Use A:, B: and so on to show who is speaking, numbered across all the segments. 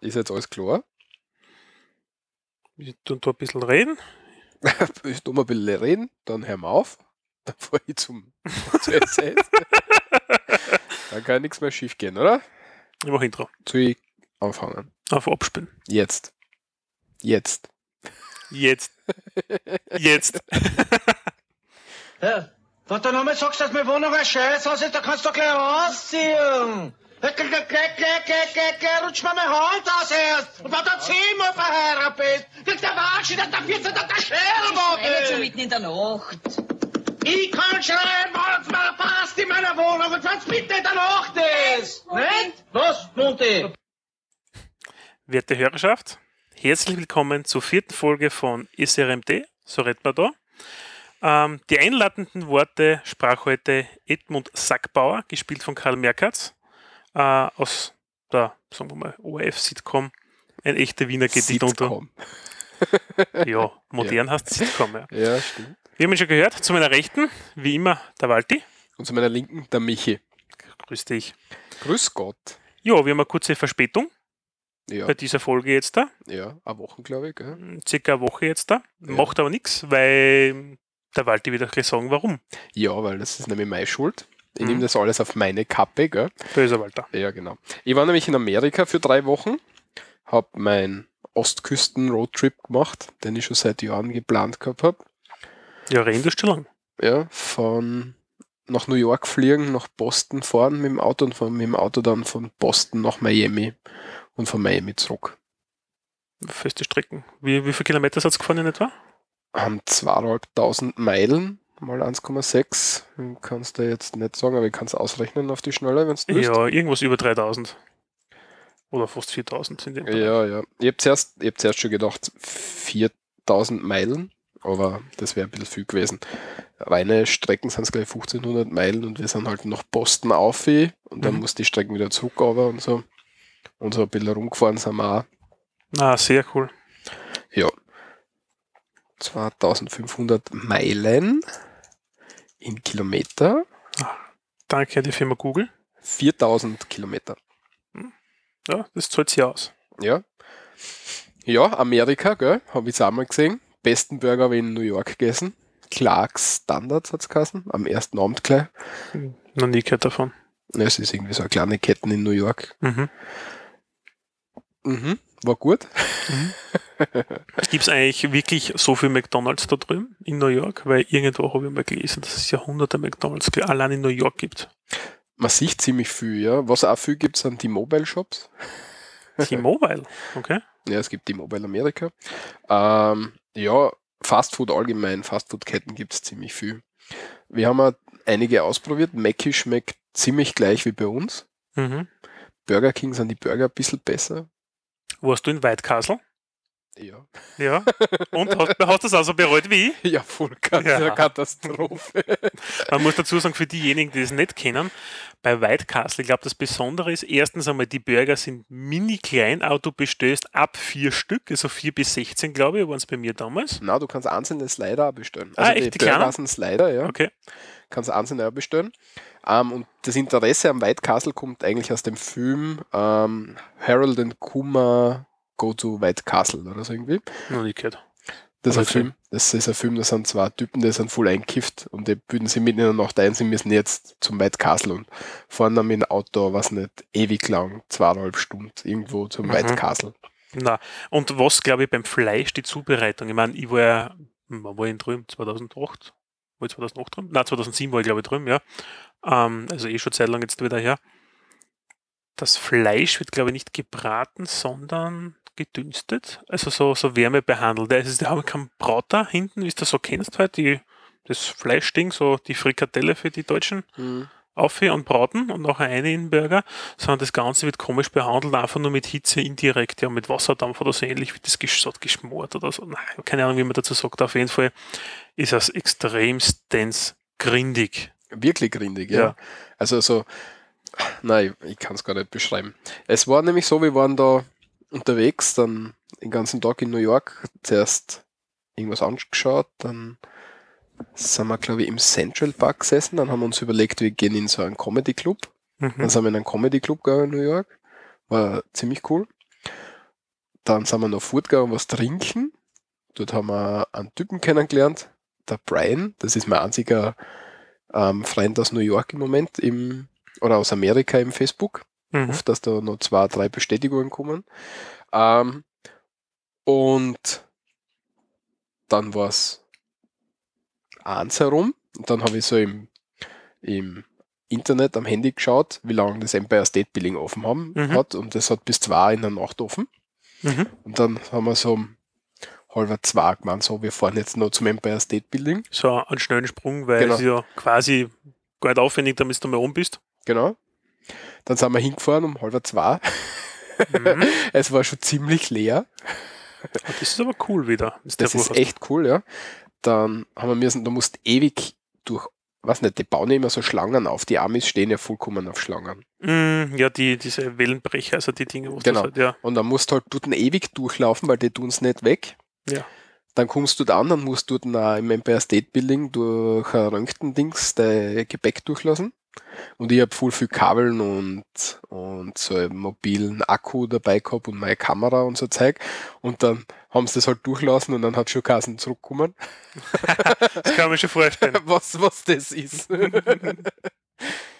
A: Ist jetzt alles klar?
B: Wir tun da ein bisschen reden.
A: Ich tu mal ein bisschen reden, dann hören wir auf. Dann fahre ich zum zur SZ. Dann kann nichts mehr schief gehen, oder?
B: Ich mach Intro.
A: Zu ich anfangen.
B: Auf Abspielen.
A: Jetzt. Jetzt.
B: Jetzt. Jetzt.
C: Ja, wenn du nochmal sagst, dass meine Wohnung ein Scheißhaus ist, dann kannst du gleich ausziehen. Geh, geh, geh, geh, geh, geh, geh, rutsch mir meine Hand aus erst. Und wenn du zehnmal verheiratet bist, kriegst du einen Arsch, dass der 14. der
D: Nicht so
C: Scherl
D: mitten in der Nacht.
C: Ich kann schreien, wenn's mir passt in meiner Wohnung und wenn's mitten in der Nacht ist. Nicht? Was, Monty?
B: Werte Hörerschaft, herzlich willkommen zur vierten Folge von SRMD, so redet man da. Ähm, die einleitenden Worte sprach heute Edmund Sackbauer, gespielt von Karl Merkatz, äh, aus der, sagen wir mal, ORF-Sitcom. Ein echter Wiener geht nicht unter.
A: Sitcom.
B: Ja, modern heißt Sitcom, ja.
A: Ja, stimmt.
B: Wir haben ihn schon gehört, zu meiner Rechten, wie immer, der Walti.
A: Und zu meiner Linken der Michi.
B: Grüß dich.
A: Grüß Gott.
B: Ja, wir haben eine kurze Verspätung
A: Ja,
B: bei dieser Folge jetzt da.
A: ja, eine Woche, glaube ich. Gell?
B: Circa eine Woche jetzt da.
A: Ja.
B: Macht aber nichts, weil der Walti wird auch gleich sagen, warum.
A: Ja, weil das ist nämlich meine Schuld. Ich
B: Mhm.
A: nehme das alles auf meine Kappe, gell?
B: Böser Walter.
A: Ja, genau. Ich war nämlich in Amerika für drei Wochen, habe meinen Ostküsten-Roadtrip gemacht, den ich schon seit Jahren geplant gehabt habe.
B: Ja, reden du schon lang.
A: Ja, von nach New York fliegen, nach Boston fahren mit dem Auto und von, mit dem Auto dann von Boston nach Miami und von Miami zurück.
B: Feste Strecken. Wie, wie viele Kilometer seid ihr gefahren in etwa?
A: Haben zweieinhalbtausend Meilen mal 1,6. Kannst du jetzt nicht sagen, aber ich kann es ausrechnen auf die Schnelle, wenn du willst.
B: Ja, irgendwas über 3000. Oder fast 4000 in dem Fall.
A: Ja, ja. Ich habe zuerst, ich hab zuerst schon gedacht, 4000 Meilen, aber das wäre ein bisschen viel gewesen. Reine Strecken sind es gleich 1500 Meilen und wir sind halt nach Boston auf eh und dann
B: Mhm.
A: muss die Strecken wieder zurück runter und so. Und so ein bisschen rumgefahren sind wir auch
B: Na, sehr cool.
A: 2500 Meilen in Kilometer,
B: Danke an die Firma Google.
A: 4000 Kilometer.
B: Ja, das zahlt sich aus.
A: Ja. Ja, Amerika, gell, habe ich auch mal gesehen. Besten Burger habe ich in New York gegessen. Clarks Standards hat es geheißen, am ersten Abend gleich.
B: Noch nie gehört davon.
A: Ja, Es ist irgendwie so eine kleine Ketten in New York.
B: Mhm.
A: Mhm. War gut.
B: Gibt es eigentlich wirklich so viel McDonalds da drüben in New York? Weil irgendwo habe ich mal gelesen, dass es ja hunderte McDonalds allein in New York gibt.
A: Man sieht ziemlich viel, ja. Was auch viel gibt, sind die Mobile Shops.
B: T-Mobile, okay?
A: Ja, es gibt die Mobile Amerika. Ähm, ja, Fast Food allgemein, Fast Food Ketten gibt es ziemlich viel. Wir haben auch einige ausprobiert. Mackie schmeckt ziemlich gleich wie bei uns.
B: Mhm.
A: Burger King sind die Burger ein bisschen besser.
B: Warst du in White Castle?
A: Ja.
B: Ja. Und hast, hast das also bereut wie ich?
A: Ja, voll Kat
B: Ja.
A: Katastrophe.
B: Man muss dazu sagen, für diejenigen, die es nicht kennen, bei White Castle, ich glaube, das Besondere ist, erstens einmal, die Burger sind mini klein, aber du bestößt ab vier Stück, also vier bis 16, glaube ich, waren es bei mir damals.
A: Na, du kannst einzelne Slider auch bestellen.
B: Ah,
A: Also
B: echt,
A: die
B: die
A: Burger
B: kleinen?
A: sind Slider, ja.
B: Okay.
A: Kannst einzelne auch bestellen. Ähm, und das Interesse am White Castle kommt eigentlich aus dem Film ähm, Harold and Kumar Go to White Castle oder so irgendwie.
B: Noch nicht gehört.
A: Das ist ein
B: Okay.
A: Film. Das ist ein Film, da sind zwei Typen, die sind voll einkifft und die bilden sie mitten in der Nacht ein, sie müssen jetzt zum White Castle und fahren dann mit dem Auto, was nicht, ewig lang, zweieinhalb Stunden irgendwo zum
B: Mhm.
A: White Castle.
B: Na, und was glaube ich beim Fleisch die Zubereitung? Ich meine, ich war ja, hm, wann war ich denn drüben? 2008? War ich 2008 drüben? Nein, 2007 war ich glaube ich drüben, ja. Ähm, also eh schon Zeit lang jetzt wieder her. Das Fleisch wird glaube ich nicht gebraten, sondern gedünstet. Also so, so Wärme behandelt. Also die haben keinen Brauter hinten, wie du das so kennst halt, die, das Fleischding, so die Frikadelle für die Deutschen
A: Mhm.
B: auf und braten und nachher eine in den Burger, sondern das Ganze wird komisch behandelt, einfach nur mit Hitze indirekt, ja, mit Wasserdampf oder so ähnlich wird das gesch so geschmort oder so. Nein, keine Ahnung, wie man dazu sagt. Auf jeden Fall ist das extremstens grindig.
A: Wirklich grindig, ja.
B: Ja.
A: Also so, nein, ich, ich kann es gar nicht beschreiben. Es war nämlich so, wir waren da unterwegs, dann den ganzen Tag in New York, zuerst irgendwas angeschaut, dann sind wir, glaube ich, im Central Park gesessen, dann haben wir uns überlegt, wir gehen in so einen Comedy Club. Dann
B: Mhm.
A: sind wir in einen Comedy Club gegangen in New York. War ziemlich cool. Dann sind wir noch fortgegangen, um was trinken. Dort haben wir einen Typen kennengelernt, der Brian. Das ist mein einziger ähm, Freund aus New York im Moment, im, oder aus Amerika im Facebook. Ich
B: Mhm.
A: hoffe, dass da noch zwei, drei Bestätigungen kommen. Ähm, und dann war es eins herum. Und dann habe ich so im, im Internet am Handy geschaut, wie lange das Empire State Building offen haben
B: Mhm.
A: hat. Und das hat bis zwei in der Nacht offen.
B: Mhm.
A: Und dann haben wir so um halber zwei gemeint, so wir fahren jetzt noch zum Empire State Building.
B: So einen schnellen Sprung, weil
A: Genau.
B: es ja quasi gar nicht aufwendig, damit du mal oben bist.
A: Genau. Dann sind wir hingefahren um halber zwei.
B: Mhm.
A: Es war schon ziemlich leer.
B: Das ist aber cool wieder. wenn's
A: Das
B: davor
A: ist
B: hast.
A: echt cool, ja. Dann haben wir müssen, du musst ewig durch, was nicht, die bauen ja immer so Schlangen auf. Die Amis stehen ja vollkommen auf Schlangen.
B: Mm, ja, die, diese Wellenbrecher, also die Dinge, wo
A: Genau.
B: das halt, ja.
A: Und dann musst du halt dort ewig durchlaufen, weil die tun es nicht weg.
B: Ja.
A: Dann kommst du da an, dann musst du dort na- im Empire State Building durch ein Röntgendings dein Gepäck durchlassen. Und ich habe voll viel Kabeln und, und so einen mobilen Akku dabei gehabt und meine Kamera und so Zeug. Und dann haben sie das halt durchlassen und dann hat schon Kassen zurückgekommen.
B: Das kann man schon vorstellen.
A: was, was das ist.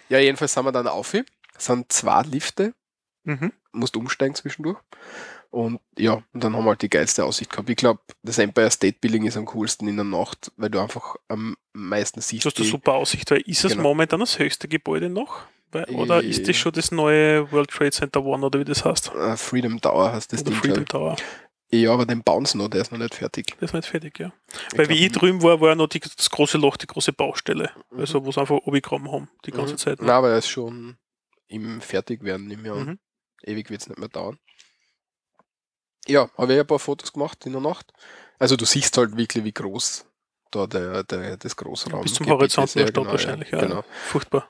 A: ja, jedenfalls sind wir dann auf. sind zwei Lifte,
B: mhm.
A: musst umsteigen zwischendurch. Und ja, und dann haben wir halt die geilste Aussicht gehabt. Ich glaube, das Empire State Building ist am coolsten in der Nacht, weil du einfach am meisten siehst.
B: Du hast eine
A: die-
B: super Aussicht, weil ist das
A: Genau.
B: momentan das höchste Gebäude noch? Weil, oder ist
A: Äh.
B: das schon das neue World Trade Center One oder wie das heißt?
A: äh, Freedom Tower heißt das
B: oder
A: Ding.
B: Freedom
A: glaub
B: Tower.
A: ich. Ja, aber den bauen sie noch, der ist noch nicht fertig.
B: Das ist nicht fertig, ja. Weil wie ich
A: glaub,
B: drüben war, war noch die, das große Loch, die große Baustelle.
A: Mhm.
B: Also wo sie einfach runtergegraben haben, die ganze
A: mhm.
B: Zeit. ne?
A: Nein, aber er ist schon im Fertigwerden im Jahr.
B: Mhm.
A: Ewig wird es nicht mehr dauern. Ja, habe ich ein paar Fotos gemacht in der Nacht. Also du siehst halt wirklich, wie groß da der, der, das Großraum
B: Bis zum
A: Gebiet
B: Horizont
A: ist.
B: in
A: Ja,
B: der Stadt
A: genau,
B: wahrscheinlich, ja.
A: Ja. Genau.
B: Furchtbar.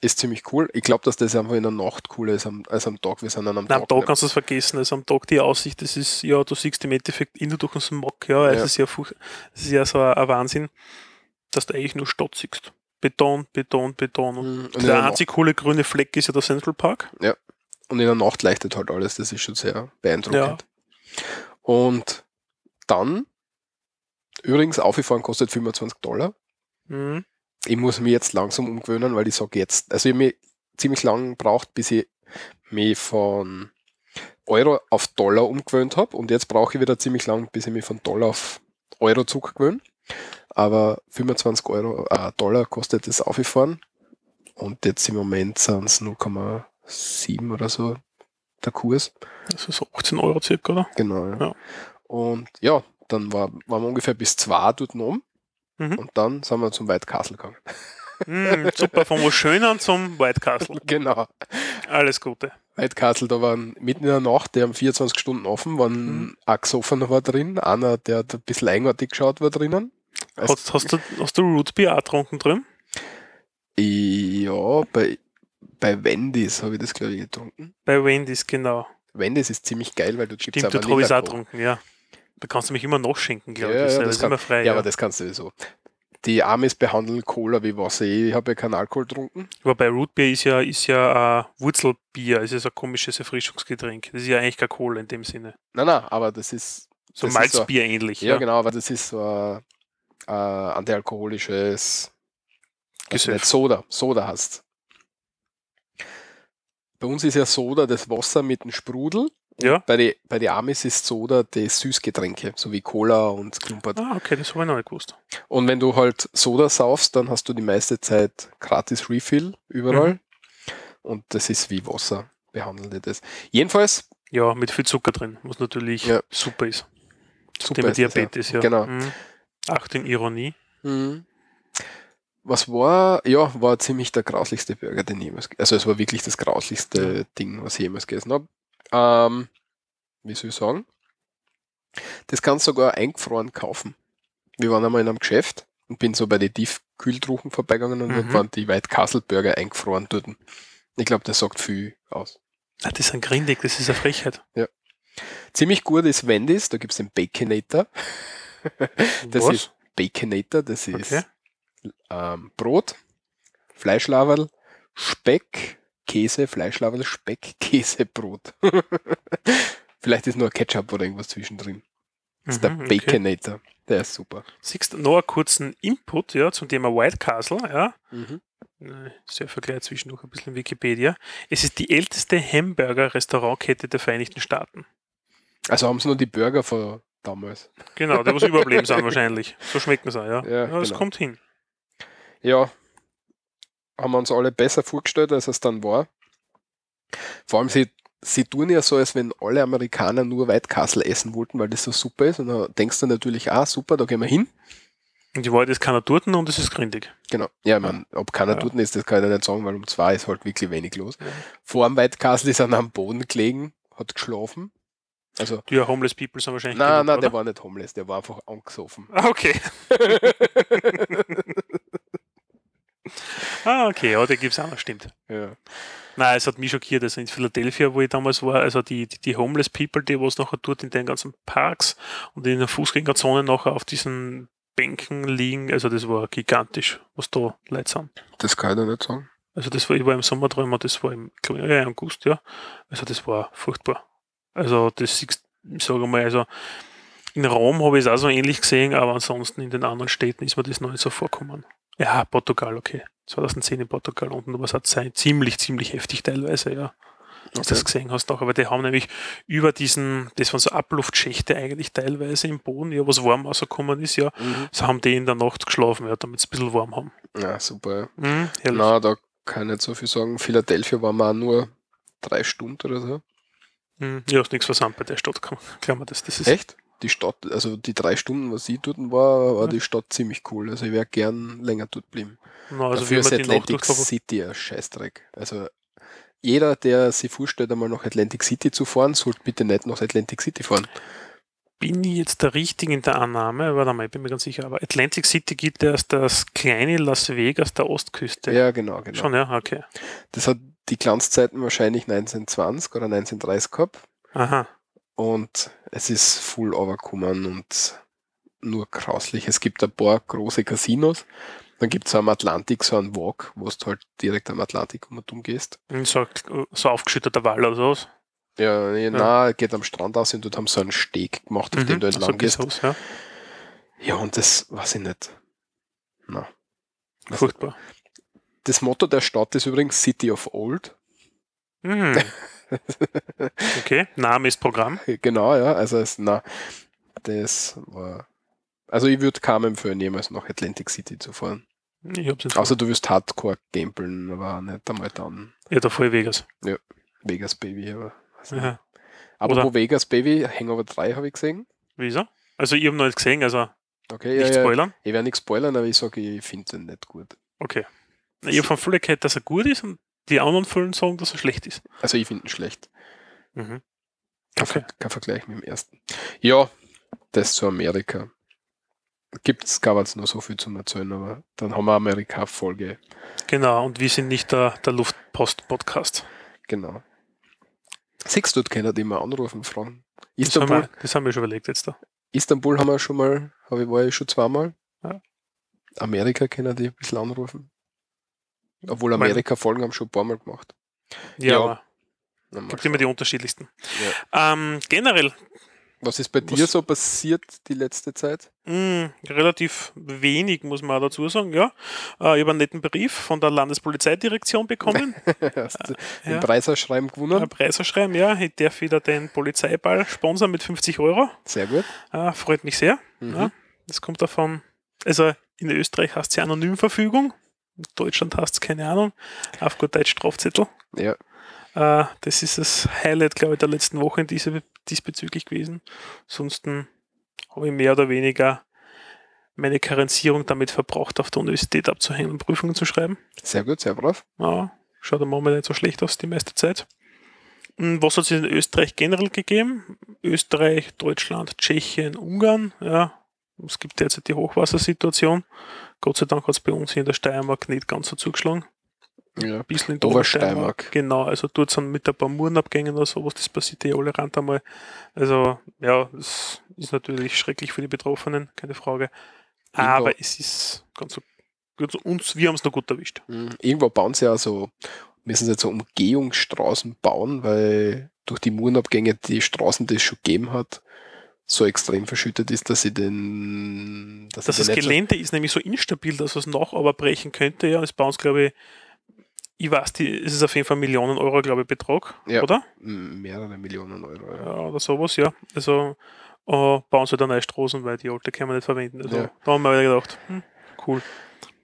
A: Ist ziemlich cool. Ich glaube, dass das einfach in der Nacht cooler ist am- als am Tag. Wir sind dann am
B: Nein, am
A: Tag.
B: Tag
A: nicht-
B: kannst du es vergessen. Also am Tag die Aussicht, das ist, ja, du siehst im Endeffekt immer durch den Smog, ja,
A: Ja.
B: es ist ja furch- es ist ja so ein ein Wahnsinn, dass du eigentlich nur Stadt siehst. Beton, Beton, Beton. Und
A: Mhm. und, in der
B: der
A: Nacht,
B: einzig coole grüne Fleck ist ja der Central Park.
A: und in der Nacht leuchtet halt alles. Das ist schon sehr beeindruckend. Und dann, übrigens, aufgefahren kostet 25 Dollar.
B: Mhm.
A: ich muss mich jetzt langsam umgewöhnen, weil ich sage jetzt, also ich habe mich ziemlich lang gebraucht, bis ich mich von Euro auf Dollar umgewöhnt habe und jetzt brauche ich wieder ziemlich lang, bis ich mich von Dollar auf Euro zurückgewöhne. Aber 25 Euro, äh, Dollar kostet das aufgefahren und jetzt im Moment sind es 0,7 oder so der Kurs.
B: Das ist so 18 Euro circa, oder?
A: Genau, ja.
B: Ja.
A: Und ja, dann war, waren wir ungefähr bis 2 dort oben
B: Mhm.
A: und dann sind wir zum White Castle gegangen.
B: Mhm, super, von wo Schönern zum White Castle.
A: Genau.
B: Alles Gute.
A: White Castle, da waren mitten in der Nacht, die haben 24 Stunden offen, waren
B: Mhm.
A: ein Gesoffener war drin, einer, der hat ein bisschen eigenartig geschaut war drinnen. Also,
B: Hast, hast, du, hast du Root Beer auch getrunken drin?
A: ja, bei, bei Wendy's habe ich das, glaube ich, getrunken.
B: Bei Wendy's, genau.
A: Wendy's ist ziemlich geil, weil du gibt's
B: Stimmt,
A: auch
B: dort habe ich es auch
A: Vanilla-Coke.
B: getrunken, ja. Da kannst du mich immer noch schenken, glaube ich.
A: Ja,
B: das
A: ja,
B: ist ja-
A: das
B: das ist
A: kann-
B: immer frei.
A: Ja,
B: Ja,
A: aber das kannst du sowieso. Die Amis behandeln Cola wie Wasser. Ich habe ja keinen Alkohol getrunken.
B: Aber bei Rootbeer ist ja, ist ja äh, Wurzelbier, es ist ein komisches Erfrischungsgetränk. Das ist ja eigentlich keine Cola in dem Sinne.
A: Nein, nein, aber das ist.
B: So
A: das ist so-
B: Malzbier ähnlich.
A: Ja, genau, aber das ist so ein äh, antialkoholisches also
B: Gesöff.
A: nicht Soda. Soda hast. Bei uns ist ja Soda das Wasser mit dem Sprudel.
B: Ja.
A: Bei den bei die Amis ist Soda das Süßgetränke, so wie Cola und Klumpert.
B: Ah, okay, das habe ich noch nicht gewusst.
A: Und wenn du halt Soda saufst, dann hast du die meiste Zeit gratis Refill überall. Und das ist wie Wasser behandelt ihr das. Jedenfalls,
B: Ja, mit viel Zucker drin, was natürlich
A: Ja.
B: super ist.
A: super
B: Thema
A: ist das, ja.
B: Diabetes, ja.
A: Genau.
B: Mhm. Achtung, Ironie.
A: Mhm. Was war, ja, war ziemlich der grauslichste Burger, den ich jemals, ge- also es war wirklich das grauslichste Ding, was ich jemals gegessen habe. Ähm, wie soll ich sagen? Das kannst du sogar eingefroren kaufen. Wir waren einmal in einem Geschäft und bin so bei den Tiefkühltruchen vorbeigegangen und dort
B: Mhm.
A: waren die White Castle Burger eingefroren dort. Ich glaube, das sagt viel aus.
B: Ah, das ist ein Grindig, das ist eine Frechheit.
A: Ziemlich gut ist Wendy's, da gibt es den Baconator. Das
B: was?
A: ist Baconator, das ist
B: Okay.
A: ähm, Brot, Fleischlaberl, Speck, Käse, Fleischlaberl, Speck, Käse, Brot. Vielleicht ist nur Ketchup oder irgendwas zwischendrin. Das ist
B: Mhm,
A: der
B: okay.
A: Baconator. Der ist super.
B: Siehst du noch einen kurzen Input ja, zum Thema White Castle, ja. Äh, Sehr vergleich zwischendurch ein bisschen Wikipedia. Es ist die älteste Hamburger-Restaurantkette der Vereinigten Staaten.
A: Also haben sie nur die Burger von damals.
B: Genau, der muss überblieben sein wahrscheinlich. So schmecken sie, auch, ja.
A: Ja,
B: ja, das
A: genau.
B: kommt hin.
A: Ja, haben wir uns alle besser vorgestellt, als es dann war. Vor allem, sie, sie tun ja so, als wenn alle Amerikaner nur White Castle essen wollten, weil das so super ist. Und dann denkst du natürlich, ah, super, da gehen wir hin.
B: Und die Wahrheit ist keiner Turten und es ist grindig.
A: Genau. Ja, ich meine, ob keiner
B: Ja.
A: dort ist, das kann ich dir nicht sagen, weil um zwei ist halt wirklich wenig los.
B: Ja.
A: Vor dem White Castle ist er am Boden gelegen, hat geschlafen. Also,
B: Die ja, Homeless People sind wahrscheinlich.
A: nein,
B: genug,
A: nein, der
B: oder?
A: war nicht homeless, der war einfach angesoffen.
B: Ah, okay. ah, okay, ja, der gibt es auch noch, stimmt.
A: ja.
B: Nein, es hat mich schockiert. Also in Philadelphia, wo ich damals war, also die, die, die Homeless People, die was nachher dort in den ganzen Parks und in den Fußgängerzonen nachher auf diesen Bänken liegen, also das war gigantisch, was da Leute sind.
A: Das kann ich dir nicht sagen.
B: Also das war, ich war im Sommer drin und das war im glaub ich, ja, im August, ja. Also das war furchtbar. Also das siehst, ich sage mal, also in Rom habe ich es auch so ähnlich gesehen, aber ansonsten in den anderen Städten ist mir das noch nicht so vorkommen. Ja, Portugal, okay. 2010 in Portugal unten, aber es hat sein ziemlich, ziemlich heftig teilweise, ja dass du das gesehen hast auch, aber die haben nämlich über diesen, das waren so Abluftschächte eigentlich teilweise im Boden, ja, was warm rausgekommen ist, ja,
A: Mhm.
B: so haben die in der Nacht geschlafen, ja, damit sie ein bisschen warm haben.
A: Ja, super. ja.
B: Mhm, herrlich.
A: Na, da kann ich nicht so viel sagen. Philadelphia waren wir auch nur drei Stunden oder so.
B: Mhm, ja, ist nichts versandt bei der Stadt, kann- klar man das, das ist.
A: Echt? Die Stadt, also die drei Stunden, was ich dort war, war
B: Ja.
A: die Stadt ziemlich cool. Also ich wäre gern länger dort geblieben.
B: Na, also
A: Dafür
B: wie
A: ist
B: man die Nacht
A: Atlantic
B: durchgehabt
A: City ein Scheißdreck. Also jeder, der sich vorstellt, einmal nach Atlantic City zu fahren, sollte bitte nicht nach Atlantic City fahren.
B: bin ich jetzt da richtig in der Annahme, warte mal, ich bin mir ganz sicher, aber Atlantic City gilt ja als das kleine Las Vegas der Ostküste.
A: Ja, genau, genau.
B: Schon, ja, okay.
A: Das hat die Glanzzeiten wahrscheinlich 1920 oder 1930 gehabt.
B: Aha.
A: und es ist full overkommen und nur grauslich. Es gibt ein paar große Casinos. Dann gibt es am Atlantik so einen Walk, wo du halt direkt am Atlantik um und um gehst.
B: So, so aufgeschütteter Wall oder sowas.
A: Ja, ja, na, geht am Strand aus und dort haben sie so einen Steg gemacht, auf dem du
B: so
A: entlang gehst.
B: geht's aus, Also ja.
A: Ja, und das weiß ich nicht. Na. Also,
B: Furchtbar.
A: das Motto der Stadt ist übrigens City of Old.
B: Mhm. Okay, Name ist Programm.
A: Genau, ja. Also es, na, das war. Also ich würde kaum empfehlen, jemals nach Atlantic City zu fahren.
B: Ich hab's jetzt.
A: Außer du wirst Hardcore gambeln, aber nicht einmal dann
B: ja, da voll Vegas.
A: Vegas Baby. Aber,
B: Ja.
A: aber
B: Oder-
A: wo Vegas Baby, Hangover 3 habe ich gesehen.
B: Wieso? Also, ich habe noch nicht gesehen, also
A: Okay, ja,
B: nicht
A: ja.
B: spoilern.
A: Ich werde nicht spoilern, aber ich sage, ich finde den nicht gut.
B: Okay. Ich habe von vielen gehört, dass er gut ist und die anderen vielen sagen, dass er schlecht ist.
A: Also ich finde ihn schlecht.
B: Mhm.
A: Kein,
B: Okay.
A: Ver kein Vergleich mit dem ersten. Ja, das zu Amerika. Gibt's, gab es nur so viel zum Erzählen, aber dann haben wir Amerika-Folge.
B: Genau, und wir sind nicht der, der Luftpost-Podcast.
A: Genau. Six dort können die immer anrufen, fragen.
B: Das, haben
A: Istanbul,
B: wir- das haben wir schon überlegt jetzt da.
A: Istanbul haben wir schon mal, hab ich, war ich schon zweimal.
B: Ja.
A: Amerika können die ein bisschen anrufen. Obwohl
B: Ich mein-
A: Amerika-Folgen haben schon ein paar Mal gemacht.
B: Ja,
A: Ja,
B: aber
A: Na, mal
B: gibt
A: schauen.
B: immer die unterschiedlichsten. Ähm, generell
A: Was ist bei
B: Was-
A: dir so passiert die letzte Zeit?
B: Mm, relativ wenig, muss man auch dazu sagen, ja. Äh, ich habe einen netten Brief von der Landespolizeidirektion bekommen.
A: Hast du
B: ja.
A: den Preiserschreiben
B: Ein
A: gewonnen?
B: Preiserschreiben, Äh, ja. Ich darf wieder den Polizeiball sponsern mit 50 Euro.
A: Sehr gut.
B: Äh, freut mich sehr.
A: Mhm.
B: Ja. Das kommt davon, also in Österreich heißt sie Anonymverfügung. In Deutschland heißt es keine Ahnung. Auf gut Deutsch Strafzettel.
A: Ja.
B: Äh, das ist das Highlight, glaube ich, der letzten Woche diese, diesbezüglich gewesen. Ansonsten habe ich mehr oder weniger meine Karenzierung damit verbraucht, auf der Universität abzuhängen und Prüfungen zu schreiben.
A: Sehr gut, sehr brav.
B: Ja, schaut im Moment nicht so schlecht aus die meiste Zeit. Hm, Was hat es in Österreich generell gegeben? Österreich, Deutschland, Tschechien, Ungarn. Ja, es gibt derzeit die Hochwassersituation. Gott sei Dank hat es bei uns hier in der Steiermark nicht ganz so zugeschlagen.
A: Ja.
B: Ein bisschen in
A: Obersteiermark.
B: Obersteiermark. Genau, also dort sind mit ein paar Murenabgängen oder sowas, das passiert eh alle Rand einmal. Also, ja, es ist natürlich schrecklich für die Betroffenen, keine Frage. Aber es ist ganz so gut. Uns, wir haben es noch gut erwischt.
A: Mhm. Irgendwo bauen sie ja so, müssen sie jetzt so Umgehungsstraßen bauen, weil durch die Murenabgänge die Straßen, die es schon gegeben hat, so extrem verschüttet ist, dass sie den. Dass
B: Das,
A: sie
B: das
A: den nicht so-
B: Gelände ist nämlich so instabil, dass es noch aber brechen könnte. Ja, ist bei uns, glaube ich, ich weiß, die, es ist auf jeden Fall Millionen Euro, glaube ich, Betrag,
A: Ja.
B: oder?
A: M- mehrere Millionen Euro. Ja.
B: Ja, oder sowas, ja. Also äh, bauen sie da neue Straßen, weil die alte kann man nicht verwenden. Also,
A: Ja.
B: Da haben wir wieder gedacht, hm, cool.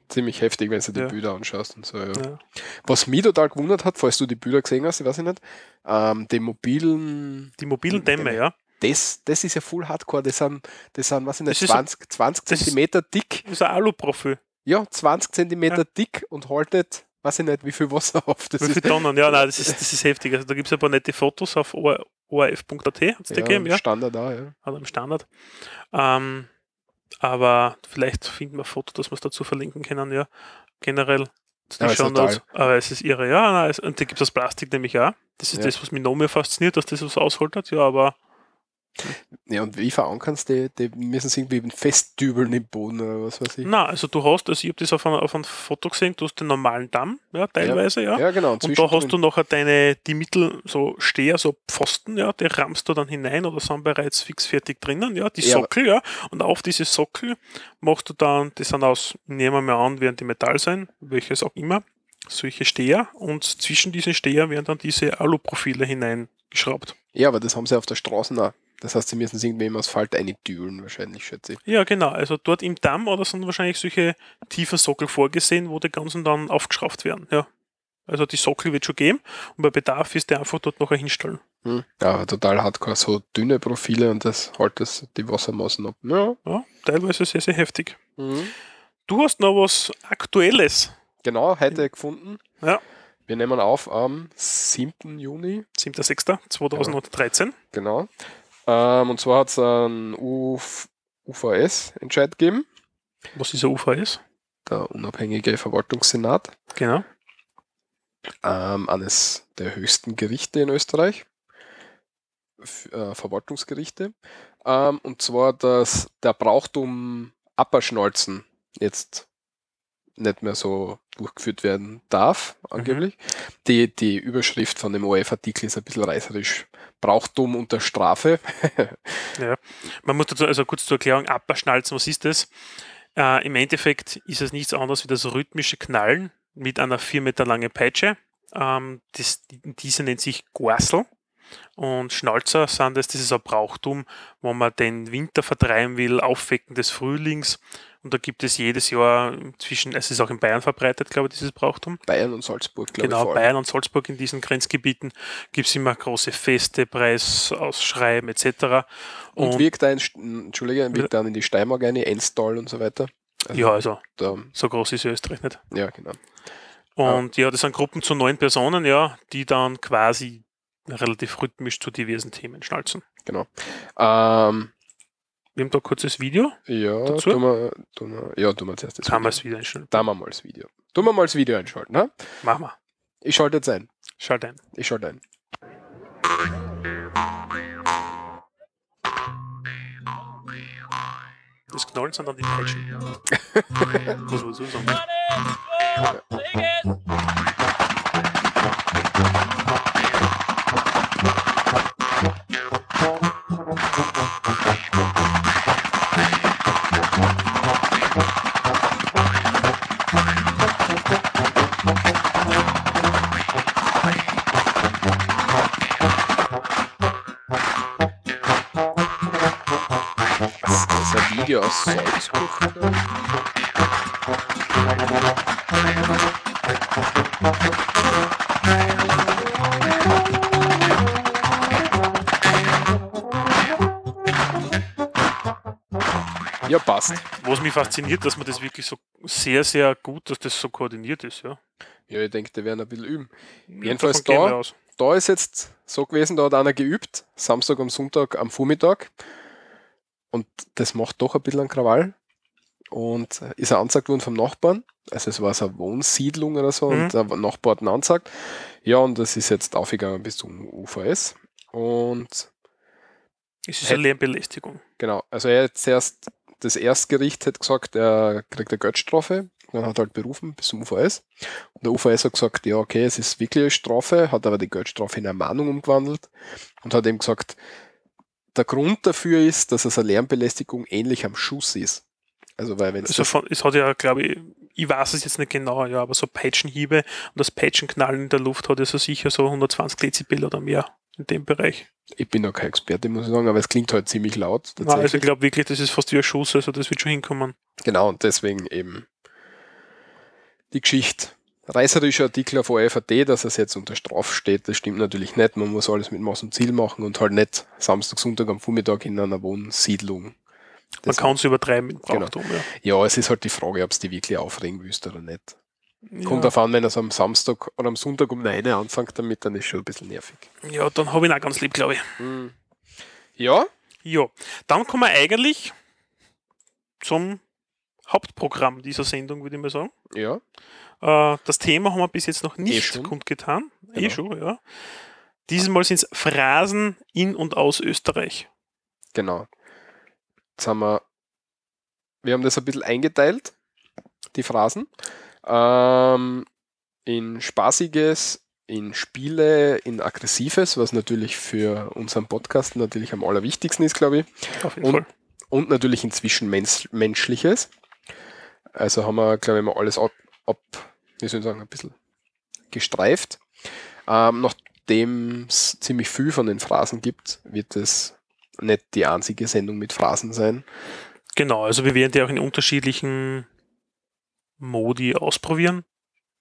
A: Ziemlich heftig, wenn du die
B: Ja.
A: Bilder anschaust und so. Ja.
B: Ja.
A: Was mich total gewundert hat, falls du die Bilder gesehen hast, ich weiß ich nicht, ähm, die mobilen,
B: Die mobilen
A: Die
B: Dämme,
A: Dämme.
B: ja.
A: das, das ist ja full hardcore, das sind, das sind was ich nicht,
B: Das ist so-
A: 20, 20
B: das ist-
A: Zentimeter dick,
B: Das ist ein Aluprofil.
A: ja, 20 Zentimeter
B: Ja.
A: dick und haltet, weiß ich nicht, wie viel Wasser auf. Das
B: Wie viele
A: ist
B: Tonnen? Ja, nein, das ist, das ist heftig. Also da gibt es ein paar nette Fotos auf or- orf.at, hat es da gegeben, ja.
A: Standard auch, ja.
B: Oder also im Standard. Ähm, aber vielleicht finden wir ein Foto, dass wir es dazu verlinken können, ja. Generell zu den
A: Ja, ist
B: Show Notes.
A: total.
B: Aber es ist irre, ja. Nein, es, und da gibt es das Plastik nämlich auch. Das ist
A: Ja.
B: das, was mich noch mehr fasziniert, dass das was aushaltet, ja, aber
A: Ja, und wie verankern sie die? Die müssen sie irgendwie festdübeln im Boden oder was weiß ich.
B: Na, also du hast, also ich habe das auf einem auf ein Foto gesehen, du hast den normalen Damm, ja, teilweise, ja.
A: Ja, genau.
B: Und da hast du
A: zwischendrin-
B: nachher deine, die Mittel, so Steher, so Pfosten, ja, die rammst du dann hinein oder sind bereits fix fertig drinnen, ja, die
A: Ja, aber-
B: Sockel, ja. Und auf diese Sockel machst du dann, die sind aus, nehmen wir mal an, werden die Metall sein, welches auch immer, solche Steher und zwischen diesen Steher werden dann diese Aluprofile hineingeschraubt.
A: Ja, aber das haben sie auf der Straße auch. Das heißt, sie müssen es irgendwie im Asphalt eindübeln, wahrscheinlich, schätze ich.
B: Ja, genau. Also dort im Damm oder sind wahrscheinlich solche tiefen Sockel vorgesehen, wo die ganzen dann aufgeschraubt werden. Ja. Also die Sockel wird schon geben und bei Bedarf ist der einfach dort noch hinstellen.
A: Hm. Ja, aber total hardcore. So dünne Profile und das hält das die Wassermassen ab. Ja.
B: Ja, teilweise sehr, sehr heftig. Du hast noch was Aktuelles.
A: Genau, heute gefunden.
B: Ja.
A: Wir nehmen auf am 7. Juni.
B: 7.6.2013.
A: Genau. Ähm, und zwar hat es einen UV UVS-Entscheid gegeben,
B: Was dieser UVS?
A: der unabhängige Verwaltungssenat.
B: Genau.
A: ähm, eines der höchsten Gerichte in Österreich, F äh, Verwaltungsgerichte. Ähm, und zwar, dass der Brauchtum Apperschnolzen jetzt nicht mehr so durchgeführt werden darf, angeblich. Die, die Überschrift von dem ORF-Artikel ist ein bisschen reißerisch. Brauchtum unter Strafe.
B: Man muss dazu, also kurz zur Erklärung, Abschnalzen, was ist das? Äh, Im Endeffekt ist es nichts anderes wie das rhythmische Knallen mit einer 4 Meter langen Peitsche. Ähm, das, diese nennt sich Gorsel. Und Schnalzer sind das, das ist ein Brauchtum, wo man den Winter vertreiben will, Aufwecken des Frühlings. Und da gibt es jedes Jahr zwischen, es ist auch in Bayern verbreitet, glaube ich, dieses Brauchtum.
A: Bayern und Salzburg, glaube ich.
B: Genau,
A: vor allem.
B: Bayern und Salzburg in diesen Grenzgebieten gibt es immer große Feste, Preisausschreiben etc.
A: Und wirkt da in, St- Entschuldige, wirkt dann in die Steiermark eine, Enstal und so weiter. Also
B: ja, also
A: Da,
B: so groß ist Österreich nicht.
A: ja, genau.
B: Und ja. das sind Gruppen zu neun Personen, ja, die dann quasi relativ rhythmisch zu diversen Themen schnalzen.
A: Ähm,
B: Wir haben da ein kurzes Video.
A: Ja,
B: Dazu?
A: tun wir, tun wir, ja, tun wir zuerst das
B: Kann man
A: Video.
B: es wieder einstellen.
A: Tun wir mal das Video. Tun wir mal das Video einschalten. Ne?
B: Machen wir.
A: Ich schalte jetzt ein.
B: Schalt ein.
A: Ich schalte ein.
B: Das Knallen sind dann die Peitschen. Muss man so sagen.
A: Das ist ein Video aus Salzburg. glaub ich. Ja, passt.
B: Was mich fasziniert, dass man das wirklich so sehr, sehr gut, dass das so koordiniert ist, ja.
A: Ja, ich denke, die werden ein bisschen üben. Jedenfalls
B: Davon gehen
A: da-
B: wir aus.
A: Da ist jetzt so gewesen, da hat einer geübt, Samstag und Sonntag am Vormittag. Und das macht doch ein bisschen einen Krawall. Und ist er angezeigt worden vom Nachbarn. Also es war so eine Wohnsiedlung oder so
B: Mhm.
A: und der Nachbar hat ihn angezeigt. Ja, und das ist jetzt aufgegangen bis zum UVS. Und
B: Es ist eine Lärmbelästigung.
A: genau, also er hat zuerst, das Erstgericht hat gesagt, er kriegt eine Geldstrafe angehalten und hat halt berufen bis zum UVS. Und der UVS hat gesagt, ja, okay, es ist wirklich eine Strafe, hat aber die Geldstrafe in eine Mahnung umgewandelt und hat eben gesagt, der Grund dafür ist, dass es eine Lärmbelästigung ähnlich am Schuss ist. Also, weil wenn
B: Also von, es hat ja, glaube ich, ich weiß es jetzt nicht genau, ja, aber so Peitschenhiebe und das Peitschenknallen in der Luft hat ja so sicher so 120 dezibel oder mehr in dem Bereich.
A: ich bin noch kein Experte, muss ich sagen, aber es klingt halt ziemlich laut.
B: Nein,
A: tatsächlich.
B: also ich glaube wirklich, das ist fast wie ein Schuss, also das wird schon hinkommen.
A: Genau, und deswegen eben die Geschichte. Reißerischer Artikel auf OFAT, dass es jetzt unter Straf steht, das stimmt natürlich nicht. Man muss alles mit Maß und Ziel machen und halt nicht Samstag, Sonntag am Vormittag in einer Wohnsiedlung.
B: Man
A: Das- Genau.
B: kann es übertreiben mit Brauchtum,
A: Ja, es ist halt die Frage, ob es die wirklich aufregen willst oder nicht.
B: ja.
A: Kommt
B: ja.
A: darauf an, wenn es am Samstag oder am Sonntag um 9 Uhr anfängt damit, dann ist schon ein bisschen nervig.
B: ja, dann habe ich ihn auch ganz lieb, glaube ich. Hm.
A: Ja,
B: Ja, dann kommen wir eigentlich zum Hauptprogramm dieser Sendung, würde ich mal sagen.
A: ja.
B: Äh, das Thema haben wir bis jetzt noch nicht
A: schon.
B: kundgetan. Eh
A: Genau.
B: schon, ja. Dieses Mal sind es Phrasen in und aus Österreich.
A: Genau. Jetzt haben wir, wir haben das ein bisschen eingeteilt, die Phrasen. Ähm, in Spaßiges, in Spiele, in Aggressives, was natürlich für unseren Podcast natürlich am allerwichtigsten ist, glaube ich.
B: Auf jeden
A: Und-
B: Fall.
A: Und natürlich in Zwischenmenschliches. Also haben wir, glaube ich, mal alles ab, ab wie soll ich sagen, ein bisschen gestreift. Ähm, Nachdem es ziemlich viel von den Phrasen gibt, wird es nicht die einzige Sendung mit Phrasen sein.
B: Genau, also wir werden die auch in unterschiedlichen Modi ausprobieren.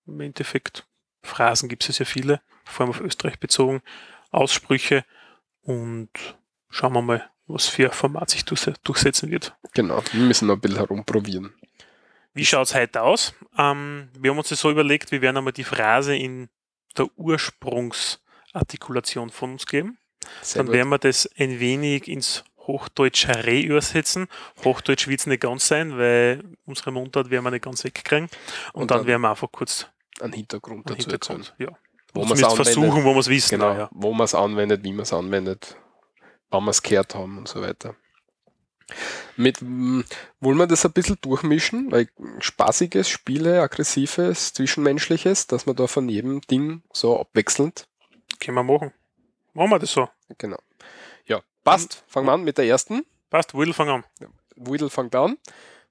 B: Im Endeffekt, Phrasen gibt es ja viele, vor allem auf Österreich bezogen, Aussprüche und schauen wir mal, was für ein Format sich durchse- durchsetzen wird.
A: Genau, wir müssen noch ein bisschen herumprobieren.
B: Wie schaut es heute aus? Ähm, wir haben uns das so überlegt, wir werden einmal die Phrase in der Ursprungsartikulation von uns geben.
A: Sehr
B: Dann
A: gut.
B: werden wir das ein wenig ins Hochdeutsch übersetzen. Hochdeutsch wird es nicht ganz sein, weil unsere Mundart werden wir nicht ganz wegkriegen. Und,
A: Und
B: dann,
A: dann
B: werden wir einfach kurz
A: Einen Hintergrund
B: einen
A: dazu
B: Hintergrund. Ja.
A: Wo
B: Wo
A: man's
B: wir es
A: anwendet.
B: versuchen, wo wir es wissen.
A: erzählen. Genau,
B: ja.
A: wo man es anwendet, wie man es anwendet, wann wir es gehört haben und so weiter. Mit, mm, wollen wir das ein bisschen durchmischen? Weil spaßiges, Spiele, aggressives, zwischenmenschliches, dass man da von jedem Ding so abwechselnd.
B: Können wir machen. Machen wir das so.
A: Genau. Ja,
B: Hm.
A: passt. Fangen wir an mit der ersten.
B: Passt, Will, fang an.
A: Widel fängt an.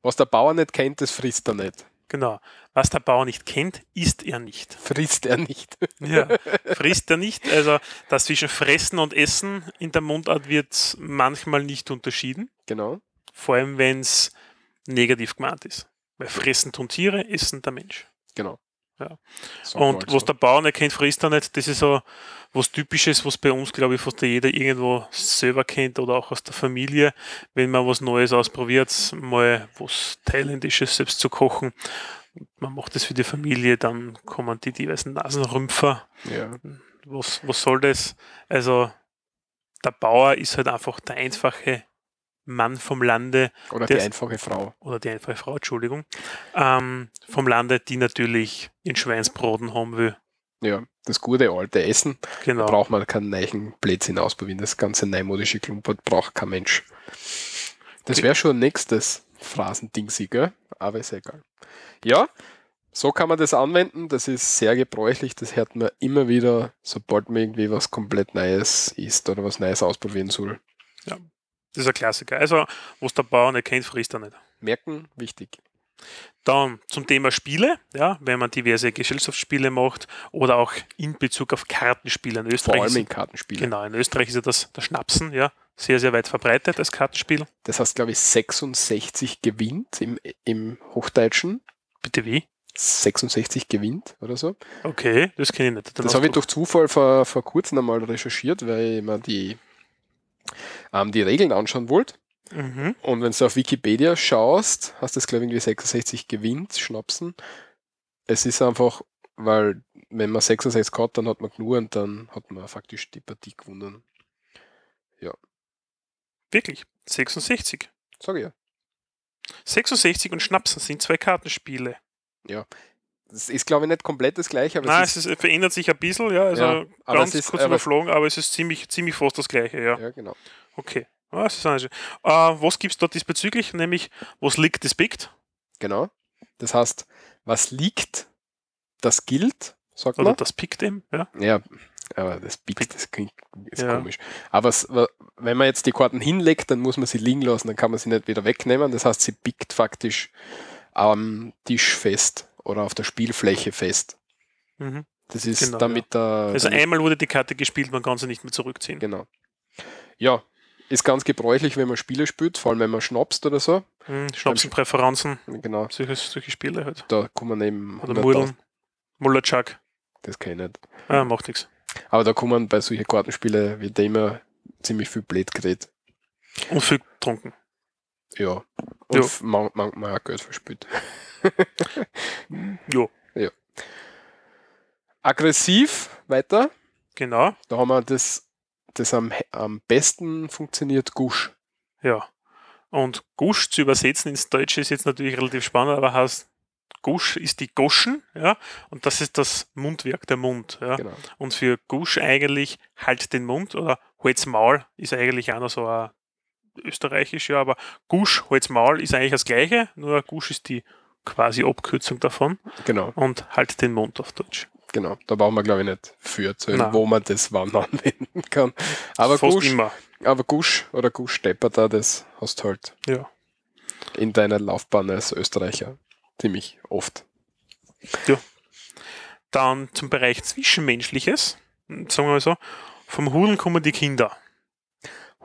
A: Was der Bauer nicht kennt, das frisst er nicht.
B: Genau. Was der Bauer nicht kennt, isst er nicht.
A: Frisst er nicht.
B: Ja, frisst er nicht. Also das zwischen Fressen und Essen in der Mundart wird manchmal nicht unterschieden,
A: genau.
B: vor allem wenn es negativ gemeint ist. Weil Fressen tun Tiere, Essen der Mensch.
A: Genau.
B: Ja.
A: Sag
B: Und
A: mal
B: was
A: so.
B: der Bauer nicht kennt, frisst er nicht. Das ist so was Typisches, was bei uns, glaube ich, fast jeder irgendwo selber kennt oder auch aus der Familie. Wenn man was Neues ausprobiert, mal was Thailändisches selbst zu kochen, und man macht das für die Familie, dann kommen die diversen Nasenrümpfer
A: ja.
B: was, was soll das? Also, der Bauer ist halt einfach der einfache Mann vom Lande
A: Oder die
B: das-
A: einfache Frau.
B: oder die einfache Frau, Entschuldigung, ähm, vom Lande, die natürlich in Schweinsbraten haben will.
A: Ja, das gute alte Essen. Da
B: Genau.
A: braucht man keinen neichen Blödsinn ausprobieren. Das ganze neumodische Klumpert braucht kein Mensch. Das
B: Okay.
A: wäre schon ein nächstes Phrasending, sie, gell? Aber ist egal. Ja, so kann man das anwenden. Das ist sehr gebräuchlich. Das hört man immer wieder, sobald man irgendwie was komplett Neues isst oder was Neues ausprobieren soll.
B: Das ist ein Klassiker. Also, was der Bauer nicht kennt, frisst er nicht.
A: Merken, wichtig.
B: Dann zum Thema Spiele, ja, wenn man diverse Gesellschaftsspiele macht oder auch in Bezug auf Kartenspiele in
A: Vor
B: Österreich.
A: allem in
B: ist,
A: Kartenspielen.
B: genau, in Österreich ist ja das, das Schnapsen, ja, sehr, sehr weit verbreitet als Kartenspiel.
A: Das heißt, glaube ich, 66 gewinnt im, im Hochdeutschen.
B: Bitte wie?
A: 66 gewinnt oder so.
B: Okay, das kenne ich nicht. Den
A: Das habe ich
B: Ausdruck.
A: durch Zufall vor, vor kurzem einmal recherchiert, weil ich mir die, ähm, die Regeln anschauen wollte.
B: Mhm.
A: Und wenn du auf Wikipedia schaust, hast du das, glaube ich, irgendwie 66 gewinnt, Schnapsen. Es ist einfach, weil wenn man 66 hat, dann hat man genug und dann hat man faktisch die Partie gewonnen.
B: Wirklich. 66.
A: Sag ich ja.
B: 66 und Schnapsen sind zwei Kartenspiele.
A: Das ist, glaube ich, nicht komplett das gleiche, aber
B: Nein,
A: es ist,
B: es ist, verändert sich ein bisschen, ja. Also
A: Ja, aber
B: ganz
A: es ist-
B: kurz
A: aber-
B: überflogen, aber es ist ziemlich, ziemlich fast das gleiche, ja.
A: ja, genau.
B: Okay. Ah, das ist auch nicht schön. äh, was gibt es dort diesbezüglich? Nämlich, was liegt, das biegt.
A: Genau. Das heißt, was liegt, das gilt, sagt
B: Oder
A: man.
B: das pickt ihm, ja.
A: Ja, aber das biegt, das klingt ist
B: Ja.
A: komisch. Aber es, wa- wenn man jetzt die Karten hinlegt, dann muss man sie liegen lassen, dann kann man sie nicht wieder wegnehmen. Das heißt, sie biegt faktisch am Tisch fest oder auf der Spielfläche fest.
B: Mhm.
A: Das ist
B: Genau,
A: damit der.
B: Also
A: damit,
B: einmal wurde die Karte gespielt, man kann sie nicht mehr zurückziehen.
A: genau. Ja, ist ganz gebräuchlich, wenn man Spiele spielt, vor allem wenn man schnapst oder so.
B: Mhm. Schnapsen, Präferenzen,
A: Genau,
B: solche, solche Spiele halt.
A: da kommen neben.
B: Oder Murdeln. Mullerchuck.
A: Das kann ich nicht.
B: Ah, macht nichts.
A: Aber da kommen bei solchen Kartenspielen wie dem ja ziemlich viel blöd geredet.
B: Und viel getrunken.
A: Ja.
B: Ja.
A: Und f- man- manchmal auch Geld verspielt.
B: Jo,
A: Aggressiv, weiter.
B: genau.
A: Da haben wir das, das am, he- am besten funktioniert Gusch.
B: Ja. Und Gusch zu übersetzen ins Deutsche ist jetzt natürlich relativ spannend, aber heißt Gusch ist die Goschen, ja, und das ist das Mundwerk, der Mund, ja.
A: Genau.
B: Und für Gusch eigentlich halt den Mund oder halt's Maul ist eigentlich auch noch so ein österreichisch, ja, aber Gusch, halt's Maul ist eigentlich das gleiche, nur Gusch ist die quasi Abkürzung davon
A: Genau,
B: und halt den Mund auf Deutsch.
A: genau. Da brauchen wir, glaube ich, nicht für erzählen,
B: Nein.
A: wo man das wann anwenden kann. Aber
B: Fast
A: Gusch,
B: immer.
A: aber Gusch oder Gusch-Stepper da, das hast du halt
B: Ja.
A: in deiner Laufbahn als Österreicher ziemlich oft.
B: Dann zum Bereich Zwischenmenschliches, sagen wir mal so, vom Hudeln kommen die Kinder.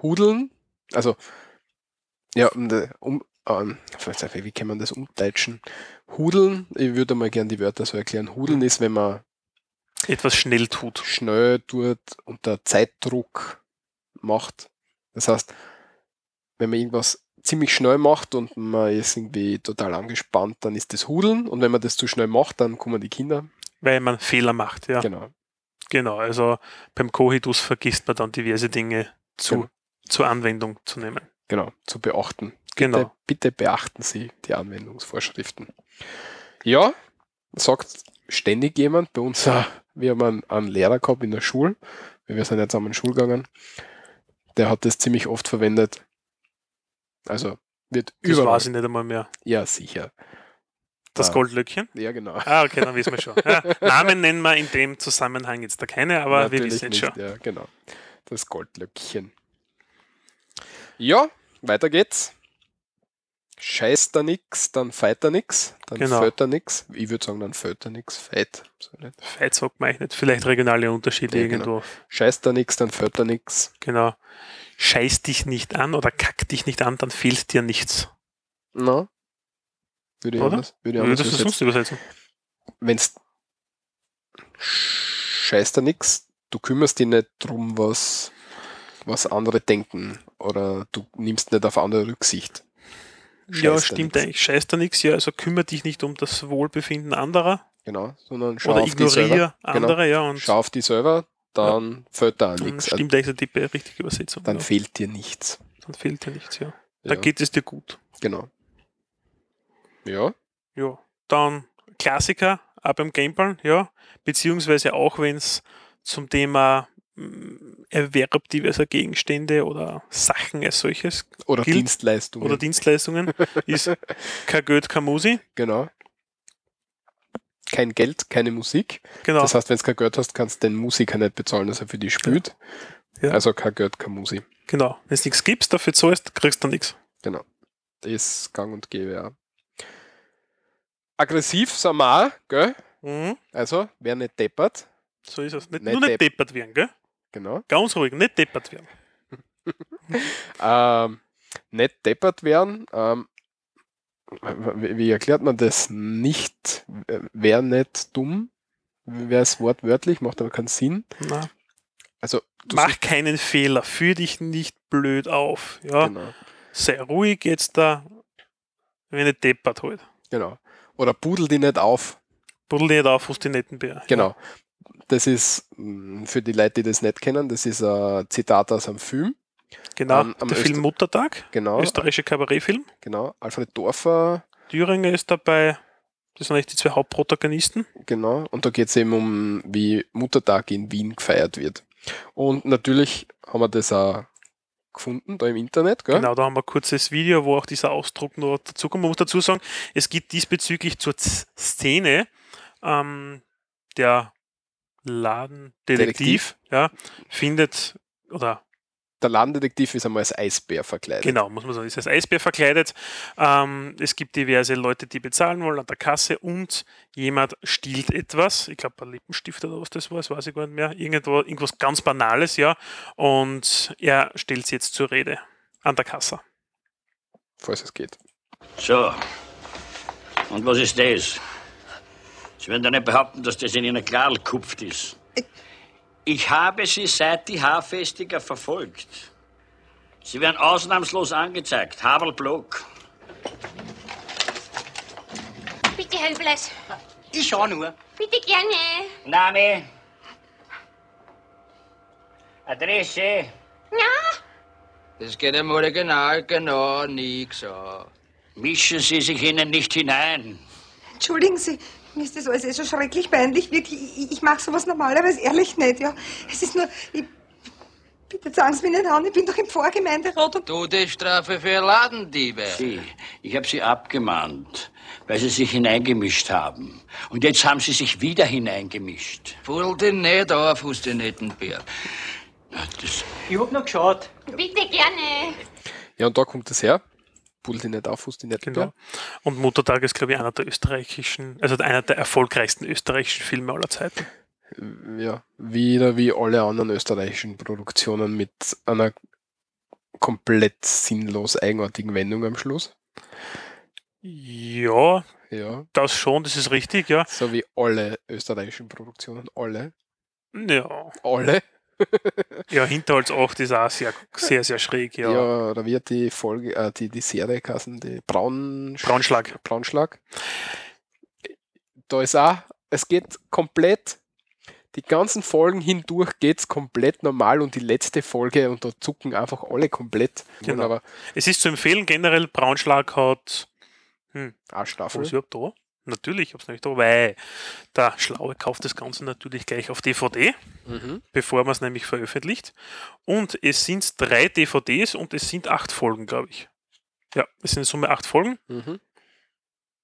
A: Hudeln, also, ja, um, de- um, ähm, wie kann man das umdeutschen? Hudeln, ich würde mal gerne die Wörter so erklären. Hudeln
B: Mhm.
A: ist, wenn man
B: Etwas schnell tut.
A: schnell tut, unter Zeitdruck macht. Das heißt, wenn man irgendwas ziemlich schnell macht und man ist irgendwie total angespannt, dann ist das Hudeln und wenn man das zu schnell macht, dann kommen die Kinder.
B: weil man Fehler macht, ja. Genau,
A: Genau.
B: also beim Kohitus vergisst man dann diverse Dinge zu,
A: Genau.
B: zur Anwendung zu nehmen.
A: Genau, zu beachten.
B: Genau.
A: Bitte, bitte beachten Sie die Anwendungsvorschriften. Ja, sagt ständig jemand bei uns, äh, wir haben einen, einen Lehrer gehabt in der Schule, weil wir sind jetzt am Schul gegangen, der hat das ziemlich oft verwendet. Also wird
B: Das
A: überall.
B: weiß ich nicht einmal mehr.
A: Ja, sicher.
B: Das
A: Ah.
B: Goldlöckchen?
A: Ja, genau.
B: Ah, okay, dann wissen wir schon. Ja, Namen nennen wir in dem Zusammenhang jetzt da keine, aber wir wissen jetzt
A: nicht,
B: schon.
A: Ja, genau. Das Goldlöckchen. Ja, weiter geht's. Scheißt da nix, dann feit da nix, dann
B: Genau.
A: fällt da nix. Ich würde sagen, dann fällt da nix, feit. So nicht.
B: Feit sagt man eigentlich nicht. Vielleicht regionale Unterschiede
A: Ja, genau.
B: irgendwo.
A: Scheißt da nix, dann fällt da nix.
B: Genau. Scheiß dich nicht an oder kack dich nicht an, dann fehlt dir nichts.
A: Na? Würde ich
B: Oder?
A: anders, würde ich
B: Oder
A: anders
B: Hm, das versuchst du übersetzen.
A: Wenn's scheißt da nix, du kümmerst dich nicht drum, was, was andere denken. Oder du nimmst nicht auf andere Rücksicht.
B: ja,
A: da
B: stimmt
A: nix.
B: eigentlich. Scheiß da nichts, ja. Also kümmere dich nicht um das Wohlbefinden anderer
A: Genau, sondern schau
B: oder
A: auf die selber. Genau.
B: ignoriere andere, ja. Und
A: Schau auf die selber, dann fällt da auch
B: Dann
A: nichts. Also,
B: stimmt eigentlich die be- richtige Übersetzung.
A: Dann
B: ja.
A: fehlt dir nichts.
B: dann fehlt dir nichts, ja. Da
A: Ja,
B: geht es dir gut.
A: genau. Ja,
B: Ja. Dann Klassiker, auch beim Gameplan, ja. Beziehungsweise auch wenn es zum Thema mm, Erwerb diverser Gegenstände oder Sachen als solches
A: oder
B: Gilt-
A: Dienstleistungen.
B: oder Dienstleistungen ist kein Geld, kein Musi.
A: genau. Kein Geld, keine Musik.
B: Genau.
A: Das heißt, wenn du kein Geld hast, kannst du den Musiker nicht bezahlen, dass er für dich spielt.
B: Ja.
A: Also kein Geld, keine Musik.
B: genau. Wenn es nichts gibst, dafür zahlst, kriegst du nichts.
A: Das ist gang und gäbe, ja. Aggressiv, sind wir auch, gell?
B: Mhm.
A: Also, wer nicht deppert,
B: So ist es. Nicht,
A: Nicht
B: nur nicht
A: depp-
B: deppert werden, gell?
A: genau.
B: Ganz ruhig, nicht deppert werden.
A: ähm, nicht deppert werden. Ähm, wie, wie erklärt man das? Nicht, äh, wer nicht dumm, wäre es wortwörtlich, macht aber keinen Sinn.
B: Nein.
A: Also, du
B: Mach keinen Fehler, führ dich nicht blöd auf. Ja.
A: Genau,
B: sei ruhig jetzt da, wenn nicht deppert halt.
A: genau. Oder pudel die nicht auf.
B: Buddel nicht auf, was die netten Bär.
A: Genau. Das ist mh, für die Leute, die das nicht kennen, das ist ein Zitat aus einem Film.
B: Genau,
A: Am- am
B: der Film
A: Öster-
B: Muttertag,
A: Genau,
B: österreichischer Kabarettfilm.
A: genau. Alfred Dorfer,
B: Thüringer ist dabei, das sind eigentlich die zwei Hauptprotagonisten.
A: Genau, und da geht es eben um, wie Muttertag in Wien gefeiert wird. Und natürlich haben wir das auch gefunden, da im Internet, gell?
B: Genau, da haben wir ein kurzes Video, wo auch dieser Ausdruck noch dazu kommt. Man muss dazu sagen, es gibt diesbezüglich zur Z Szene ähm, der Ladendetektiv,
A: Detektiv.
B: ja, findet oder
A: Der Ladendetektiv ist einmal als Eisbär verkleidet.
B: Genau, muss man sagen, ist als Eisbär verkleidet. Ähm, es gibt diverse Leute, die bezahlen wollen an der Kasse und jemand stiehlt etwas. Ich glaube, ein Lippenstift oder was das war, das weiß ich gar nicht mehr. Irgendwo, irgendwas ganz Banales, ja. Und er stellt es jetzt zur Rede an der Kasse.
A: Falls es geht.
E: So. Und was ist das? Sie werden doch nicht behaupten, dass das in Ihnen Kral gekupft ist. Ich habe Sie seit die Haarfestiger verfolgt. Sie werden ausnahmslos angezeigt. Havelblock.
D: Bitte, Helbleis.
F: Ich schau nur.
D: Bitte gerne.
E: Name. Adresse.
D: Na,
F: Das geht einmal genau, genau nix an.
E: Mischen Sie sich ihnen nicht hinein.
G: Entschuldigen Sie, mir ist das alles eh so schrecklich peinlich. Wirklich, ich, ich mache sowas normalerweise ehrlich nicht, ja. Es ist nur, ich, bitte sagen Sie mir nicht an, ich bin doch im Vorgemeinderat und
F: Todesstrafe für Ladendiebe.
E: Sie, ich habe Sie abgemahnt, weil Sie sich hineingemischt haben. Und jetzt haben Sie sich wieder hineingemischt.
F: Full den nicht auf, aus den Nettenbär.
E: Das
H: Ich hab noch geschaut.
D: bitte gerne.
A: Ja, und da kommt es her. Pudel die nicht auf, fuß die nicht
B: Genau.
A: genau.
B: Und Muttertag ist, glaube ich, einer der österreichischen, also einer der erfolgreichsten österreichischen Filme aller Zeiten.
A: Ja, wieder wie alle anderen österreichischen Produktionen mit einer komplett sinnlos eigenartigen Wendung am Schluss.
B: Ja,
A: Ja,
B: das schon, das ist richtig, ja.
A: so wie alle österreichischen Produktionen. Alle.
B: Ja,
A: Alle.
B: ja Hinterholz 8 ist auch sehr, sehr, sehr schräg,
A: Ja,
B: ja.
A: da wird die Folge, äh, die, die Serie kassen, die Braun
B: Braunschlag.
A: Braunschlag. Da ist auch, es geht komplett, die ganzen Folgen hindurch geht es komplett normal und die letzte Folge und da zucken einfach alle komplett.
B: Genau.
A: Aber
B: Es ist zu empfehlen, generell Braunschlag hat.
A: eine
B: Obwohl,
A: Staffel.
B: ich hab da. Natürlich, ich hab's nicht da, weil der Schlaue kauft das Ganze natürlich gleich auf DVD,
A: Mhm.
B: bevor man es nämlich veröffentlicht. Und es sind drei DVDs und es sind acht Folgen, glaube ich. Ja, es sind in Summe acht Folgen,
A: Mhm.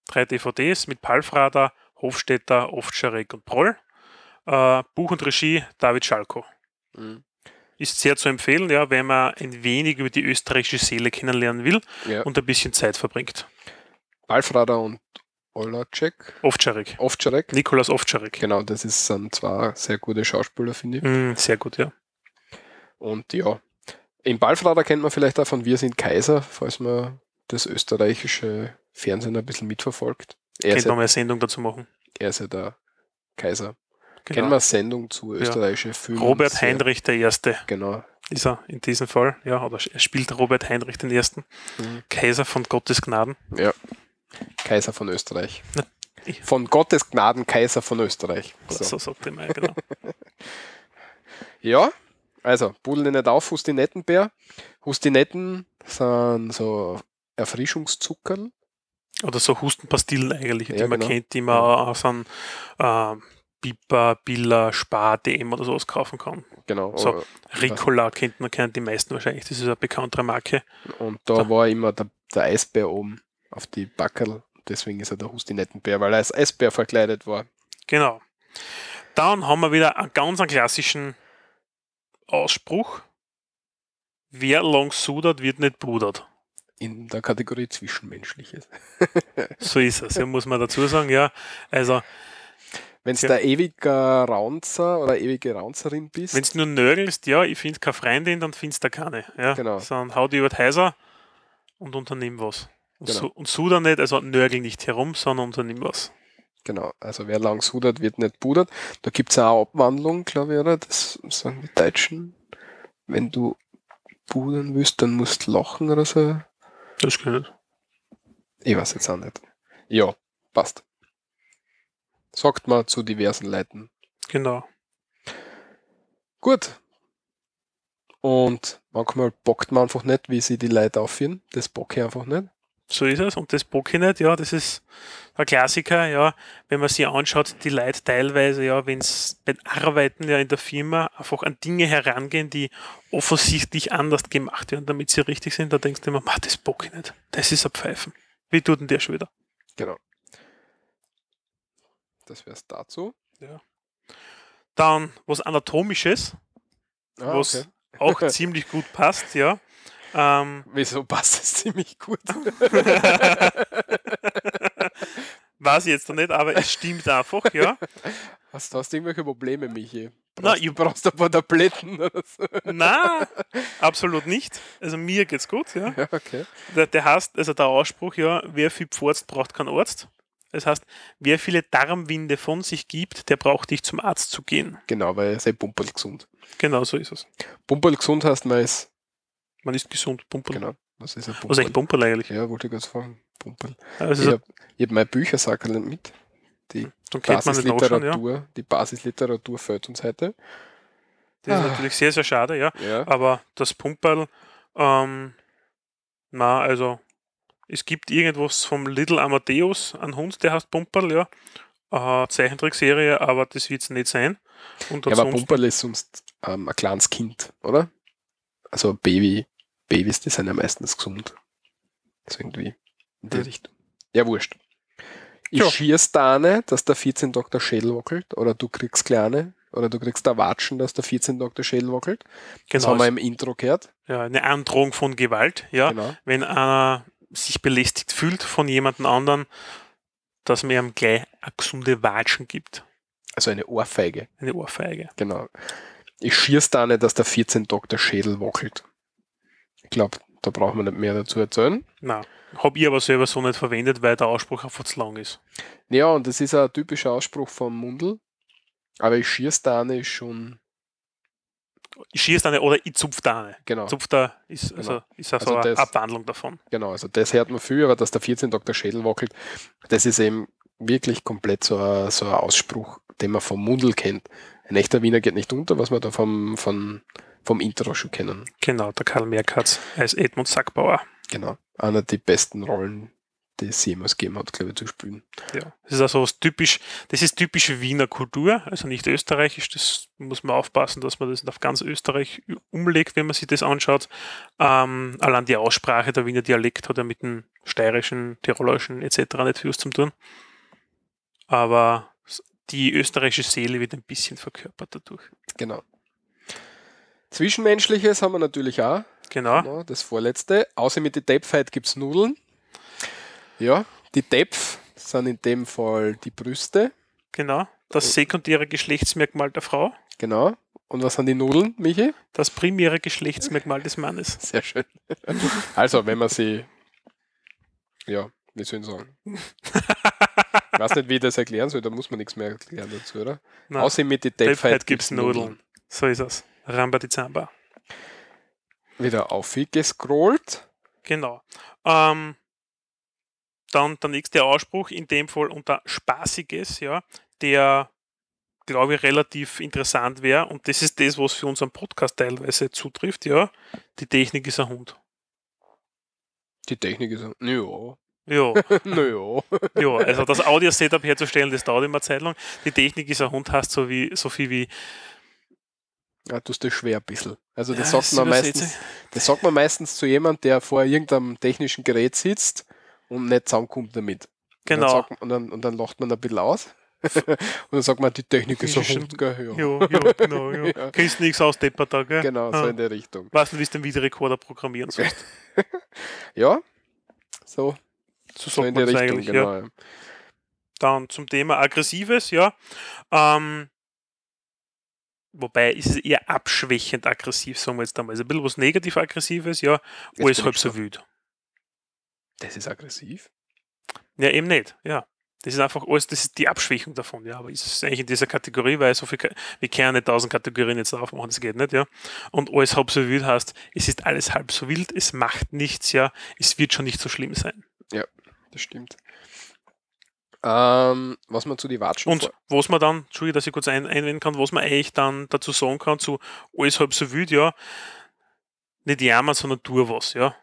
B: drei DVDs mit Palfrader, Hofstetter, Ovtscharek und Proll. Äh, Buch und Regie David Schalko.
A: Mhm.
B: Ist sehr zu empfehlen, ja, wenn man ein wenig über die österreichische Seele kennenlernen will
A: Ja.
B: und ein bisschen Zeit verbringt.
A: Alfrader und Olacek.
B: Ovtscharek.
A: Ovtcharek.
B: Nikolaus Ovtscharek.
A: Genau, das ist, sind zwar sehr gute Schauspieler, finde ich.
B: Mm, sehr gut, ja.
A: Und ja, im Ballfrader kennt man vielleicht auch von Wir sind Kaiser, falls man das österreichische Fernsehen ein bisschen mitverfolgt. Er, ist
B: Könnte man
A: ja,
B: mal eine Sendung dazu machen.
A: er ist ja der Kaiser.
B: Genau.
A: Kennen wir eine Sendung zu österreichischen Filmen?
B: Robert
A: sehr-
B: Heinrich der Erste
A: Genau.
B: ist er in diesem Fall. Ja, oder er spielt Robert Heinrich den Ersten.
A: Mhm.
B: Kaiser von Gottes Gnaden.
A: Kaiser von Österreich.
B: Na, ich-
A: Von Gottes Gnaden Kaiser von Österreich.
B: So,
A: So.
B: sagt er mal, genau.
A: Ja, also, Budel den nicht auf, Hustinettenbär. Hustinetten sind so Erfrischungszuckerl.
B: Oder so Hustenpastillen eigentlich, die
A: Ja,
B: man
A: genau.
B: kennt, die man aus einem äh, Piper, Billa, Spar, DM oder sowas kaufen kann.
A: Genau.
B: So. Ricola kennt man, kennen die meisten wahrscheinlich. Das ist eine bekanntere Marke.
A: Und da
B: So.
A: war immer der, der Eisbär oben auf die Backerl. Deswegen ist er der Hustinettenbär, weil er als Eisbär verkleidet war.
B: Genau. Dann haben wir wieder einen ganz einen klassischen Ausspruch. Wer lang sudert, wird nicht brudert.
A: In der Kategorie Zwischenmenschliches.
B: So ist es, ja, muss man dazu sagen, ja. Also,
A: Wenn es
B: Ja.
A: der ewige Raunzer oder ewige Raunzerin bist,
B: wenn du nur nörgelst, ja, ich finde keine Freundin, dann findest du keine. Ja.
A: Genau.
B: Sondern hau die über die Häuser und unternimm was. Und,
A: Genau.
B: so, und so dann nicht, also nörgel nicht herum, sondern unternimm was.
A: genau, also wer lang sudert, wird nicht budert. Da gibt es auch eine Abwandlung, glaube ich, oder? Das sagen die Deutschen. Wenn du budern willst, dann musst du lachen oder so.
B: Das gehört.
A: Ich weiß jetzt auch nicht. Ja, passt. Sagt man zu diversen Leuten.
B: Genau.
A: Gut. Und manchmal bockt man einfach nicht, wie sie die Leute aufführen. Das bocke ich einfach nicht.
B: So ist es. Und das Bockinet, ja, das ist ein Klassiker, ja. Wenn man sich anschaut, die Leute teilweise, ja, wenn es beim Arbeiten ja in der Firma einfach an Dinge herangehen, die offensichtlich anders gemacht werden, damit sie richtig sind, da denkst du immer, "Ma, das Bockinet, das ist ein Pfeifen. Wie tut denn der schon wieder?
A: Genau. Das wäre es dazu.
B: Dann was Anatomisches,
A: Ah,
B: was
A: okay.
B: auch ziemlich gut passt, ja. Ähm,
A: Wieso passt es ziemlich gut?
B: weiß ich jetzt noch nicht, aber es stimmt einfach, ja.
A: Hast, hast du irgendwelche Probleme, Michi?
B: Na,
A: Brauchst, du brauchst ein paar Tabletten oder so.
B: Na, absolut nicht. Also mir geht's gut, ja.
A: Ja, okay.
B: Der, der heißt, also der Ausspruch, ja, wer viel pfurzt, braucht keinen Arzt. Das heißt, wer viele Darmwinde von sich gibt, der braucht nicht zum Arzt zu gehen.
A: Genau, weil sei Pumperl gesund.
B: Genau so ist es.
A: Pumperl gesund heißt, man ist.
B: Man ist gesund, Pumperl.
A: Genau. Was ist ein Pumperl?
B: Was ist eigentlich Pumperl eigentlich?
A: Ja, wollte ich gerade fragen. Pumperl.
B: Also,
A: Ich
B: so-
A: habe hab mein Büchersackerl mit. Die
B: dann kennt man das auch schon, ja.
A: Basisliteratur, die Basisliteratur fehlt uns heute.
B: Das
A: Ah.
B: ist natürlich sehr, sehr schade, ja. Ah,
A: Ja.
B: Aber das Pumperl, ähm, na, also es gibt irgendwas vom Little Amadeus, ein Hund, der heißt Pumperl, ja. Äh, Zeichentrickserie, aber das wird es nicht sein. Und
A: Ja, aber
B: ansonsten-
A: Pumperl ist sonst ähm, ein kleines Kind, oder? Also ein Baby, Babys, die sind ja meistens gesund. So irgendwie in die
B: Hm.
A: Richtung. Ja, wurscht. Ich
B: Tja.
A: schier's da nicht, dass der 14 Doktor Schädel wackelt, oder du kriegst kleine, oder du kriegst da Watschen, dass der 14 Doktor Schädel wackelt. Das
B: genau,
A: haben wir im Intro gehört.
B: ja, eine Androhung von Gewalt, ja.
A: Genau.
B: Wenn einer sich belästigt fühlt von jemandem anderen, dass man ihm gleich eine gesunde Watschen gibt.
A: Also eine Ohrfeige.
B: Eine Ohrfeige.
A: Genau. Ich schier's da nicht, dass der 14 Doktor Schädel wackelt. Ich glaube, da braucht man nicht mehr dazu erzählen.
B: Na, habe ich aber selber so nicht verwendet, weil der Ausspruch einfach zu lang ist.
A: Ja, und das ist ein typischer Ausspruch von Mundl. Aber ich schieß da eine ist schon,
B: Ich schieße eine oder ich zupf da eine.
A: genau,
B: Zupfter ist, also, ist also,
A: Also
B: eine
A: das-
B: Abwandlung davon.
A: genau, also das hört man viel, aber dass der 14 Dr. Schädel wackelt, das ist eben wirklich komplett so ein, so ein Ausspruch, den man vom Mundl kennt. Ein echter Wiener geht nicht unter, was wir da vom, vom, vom Intro schon kennen.
B: Genau, der Karl Merkatz als Edmund Sackbauer.
A: Genau. Einer der besten Rollen, die es jemals gegeben hat, glaube ich, zu spielen.
B: Ja. Das ist also was typisch, das ist typisch Wiener Kultur, also nicht österreichisch. Das muss man aufpassen, dass man das nicht auf ganz Österreich ü- umlegt, wenn man sich das anschaut. Ähm, allein die Aussprache, der Wiener Dialekt hat ja mit dem steirischen, tirolischen etc. nicht viel was zum tun. Aber s- die österreichische Seele wird ein bisschen verkörpert dadurch.
A: Genau. Zwischenmenschliches haben wir natürlich auch.
B: Genau.
A: Ja, das vorletzte. Außer mit die Depfheit gibt es Nudeln. Ja, die Depf sind in dem Fall die Brüste.
B: Genau. Das sekundäre Geschlechtsmerkmal der Frau,
A: Genau. Und was sind die Nudeln, Michi?
B: das primäre Geschlechtsmerkmal des Mannes.
A: Sehr schön. Also, wenn man sie. Ja, wie soll ich sagen? Ich weiß nicht, wie ich das erklären soll, da muss man nichts mehr erklären dazu, oder?
B: Nein.
A: Außer mit die Depfheit
B: Deppheit
A: gibt es Nudeln.
B: So ist es. Ramba die Zamba.
A: Wieder aufgescrollt.
B: Genau. Ähm, dann der nächste Ausspruch, in dem Fall unter Spaßiges, ja, der glaube ich relativ interessant wäre und das ist das, was für unseren Podcast teilweise zutrifft, ja. Die Technik ist ein Hund.
A: Die Technik ist. Naja,
B: Ja,
A: naja.
B: ja, also das Audio-Setup herzustellen, das dauert immer Zeit lang. Die Technik ist ein Hund, heißt so, wie, so viel wie.
A: Ja, tust das schwer ein bisschen. Also, das
B: Ja,
A: sagt man
B: Ah, übersetze-
A: meistens. Das sagt man meistens zu jemandem, der vor irgendeinem technischen Gerät sitzt und nicht zusammenkommt damit. Und
B: Genau.
A: dann, sagt, und dann, und dann lacht man ein bisschen aus. und dann sagt man, die Technik ist so
B: Ist schon-
A: Hund, gell? Ja.
B: Ja, ja, genau, ja.
A: Ja.
B: Kriegst nichts aus, Deppert, gell?
A: Genau, so
B: Ja.
A: in der Richtung.
B: Weißt du, wie es den Videorekorder programmieren sollst?
A: Ja, so,
B: So
A: so in
B: sagt
A: der
B: man das
A: Richtung,
B: eigentlich, ja.
A: genau. Ja.
B: Dann zum Thema Aggressives, ja. Ähm, wobei ist es eher abschwächend aggressiv, sagen wir jetzt einmal. Also ein bisschen was negativ aggressives, ja.
A: Jetzt
B: Alles
A: bin
B: halb
A: ich
B: so
A: gespannt.
B: wild.
A: Das ist aggressiv.
B: Ja, eben nicht, ja. Das ist einfach alles, das ist die Abschwächung davon, ja. Aber ist es eigentlich in dieser Kategorie, weil so viel, Ka- wir können nicht tausend Kategorien jetzt aufmachen, das geht nicht, ja. Und alles halb so wild heißt, es ist alles halb so wild, es macht nichts, ja. Es wird schon nicht so schlimm sein.
A: Das stimmt. Ähm, was man zu die Watschen
B: Und
A: vor-
B: was man dann, Entschuldigung, dass ich kurz ein, einwenden kann, was man eigentlich dann dazu sagen kann, zu alles halb so wild, ja, nicht jammern, sondern tu was, ja.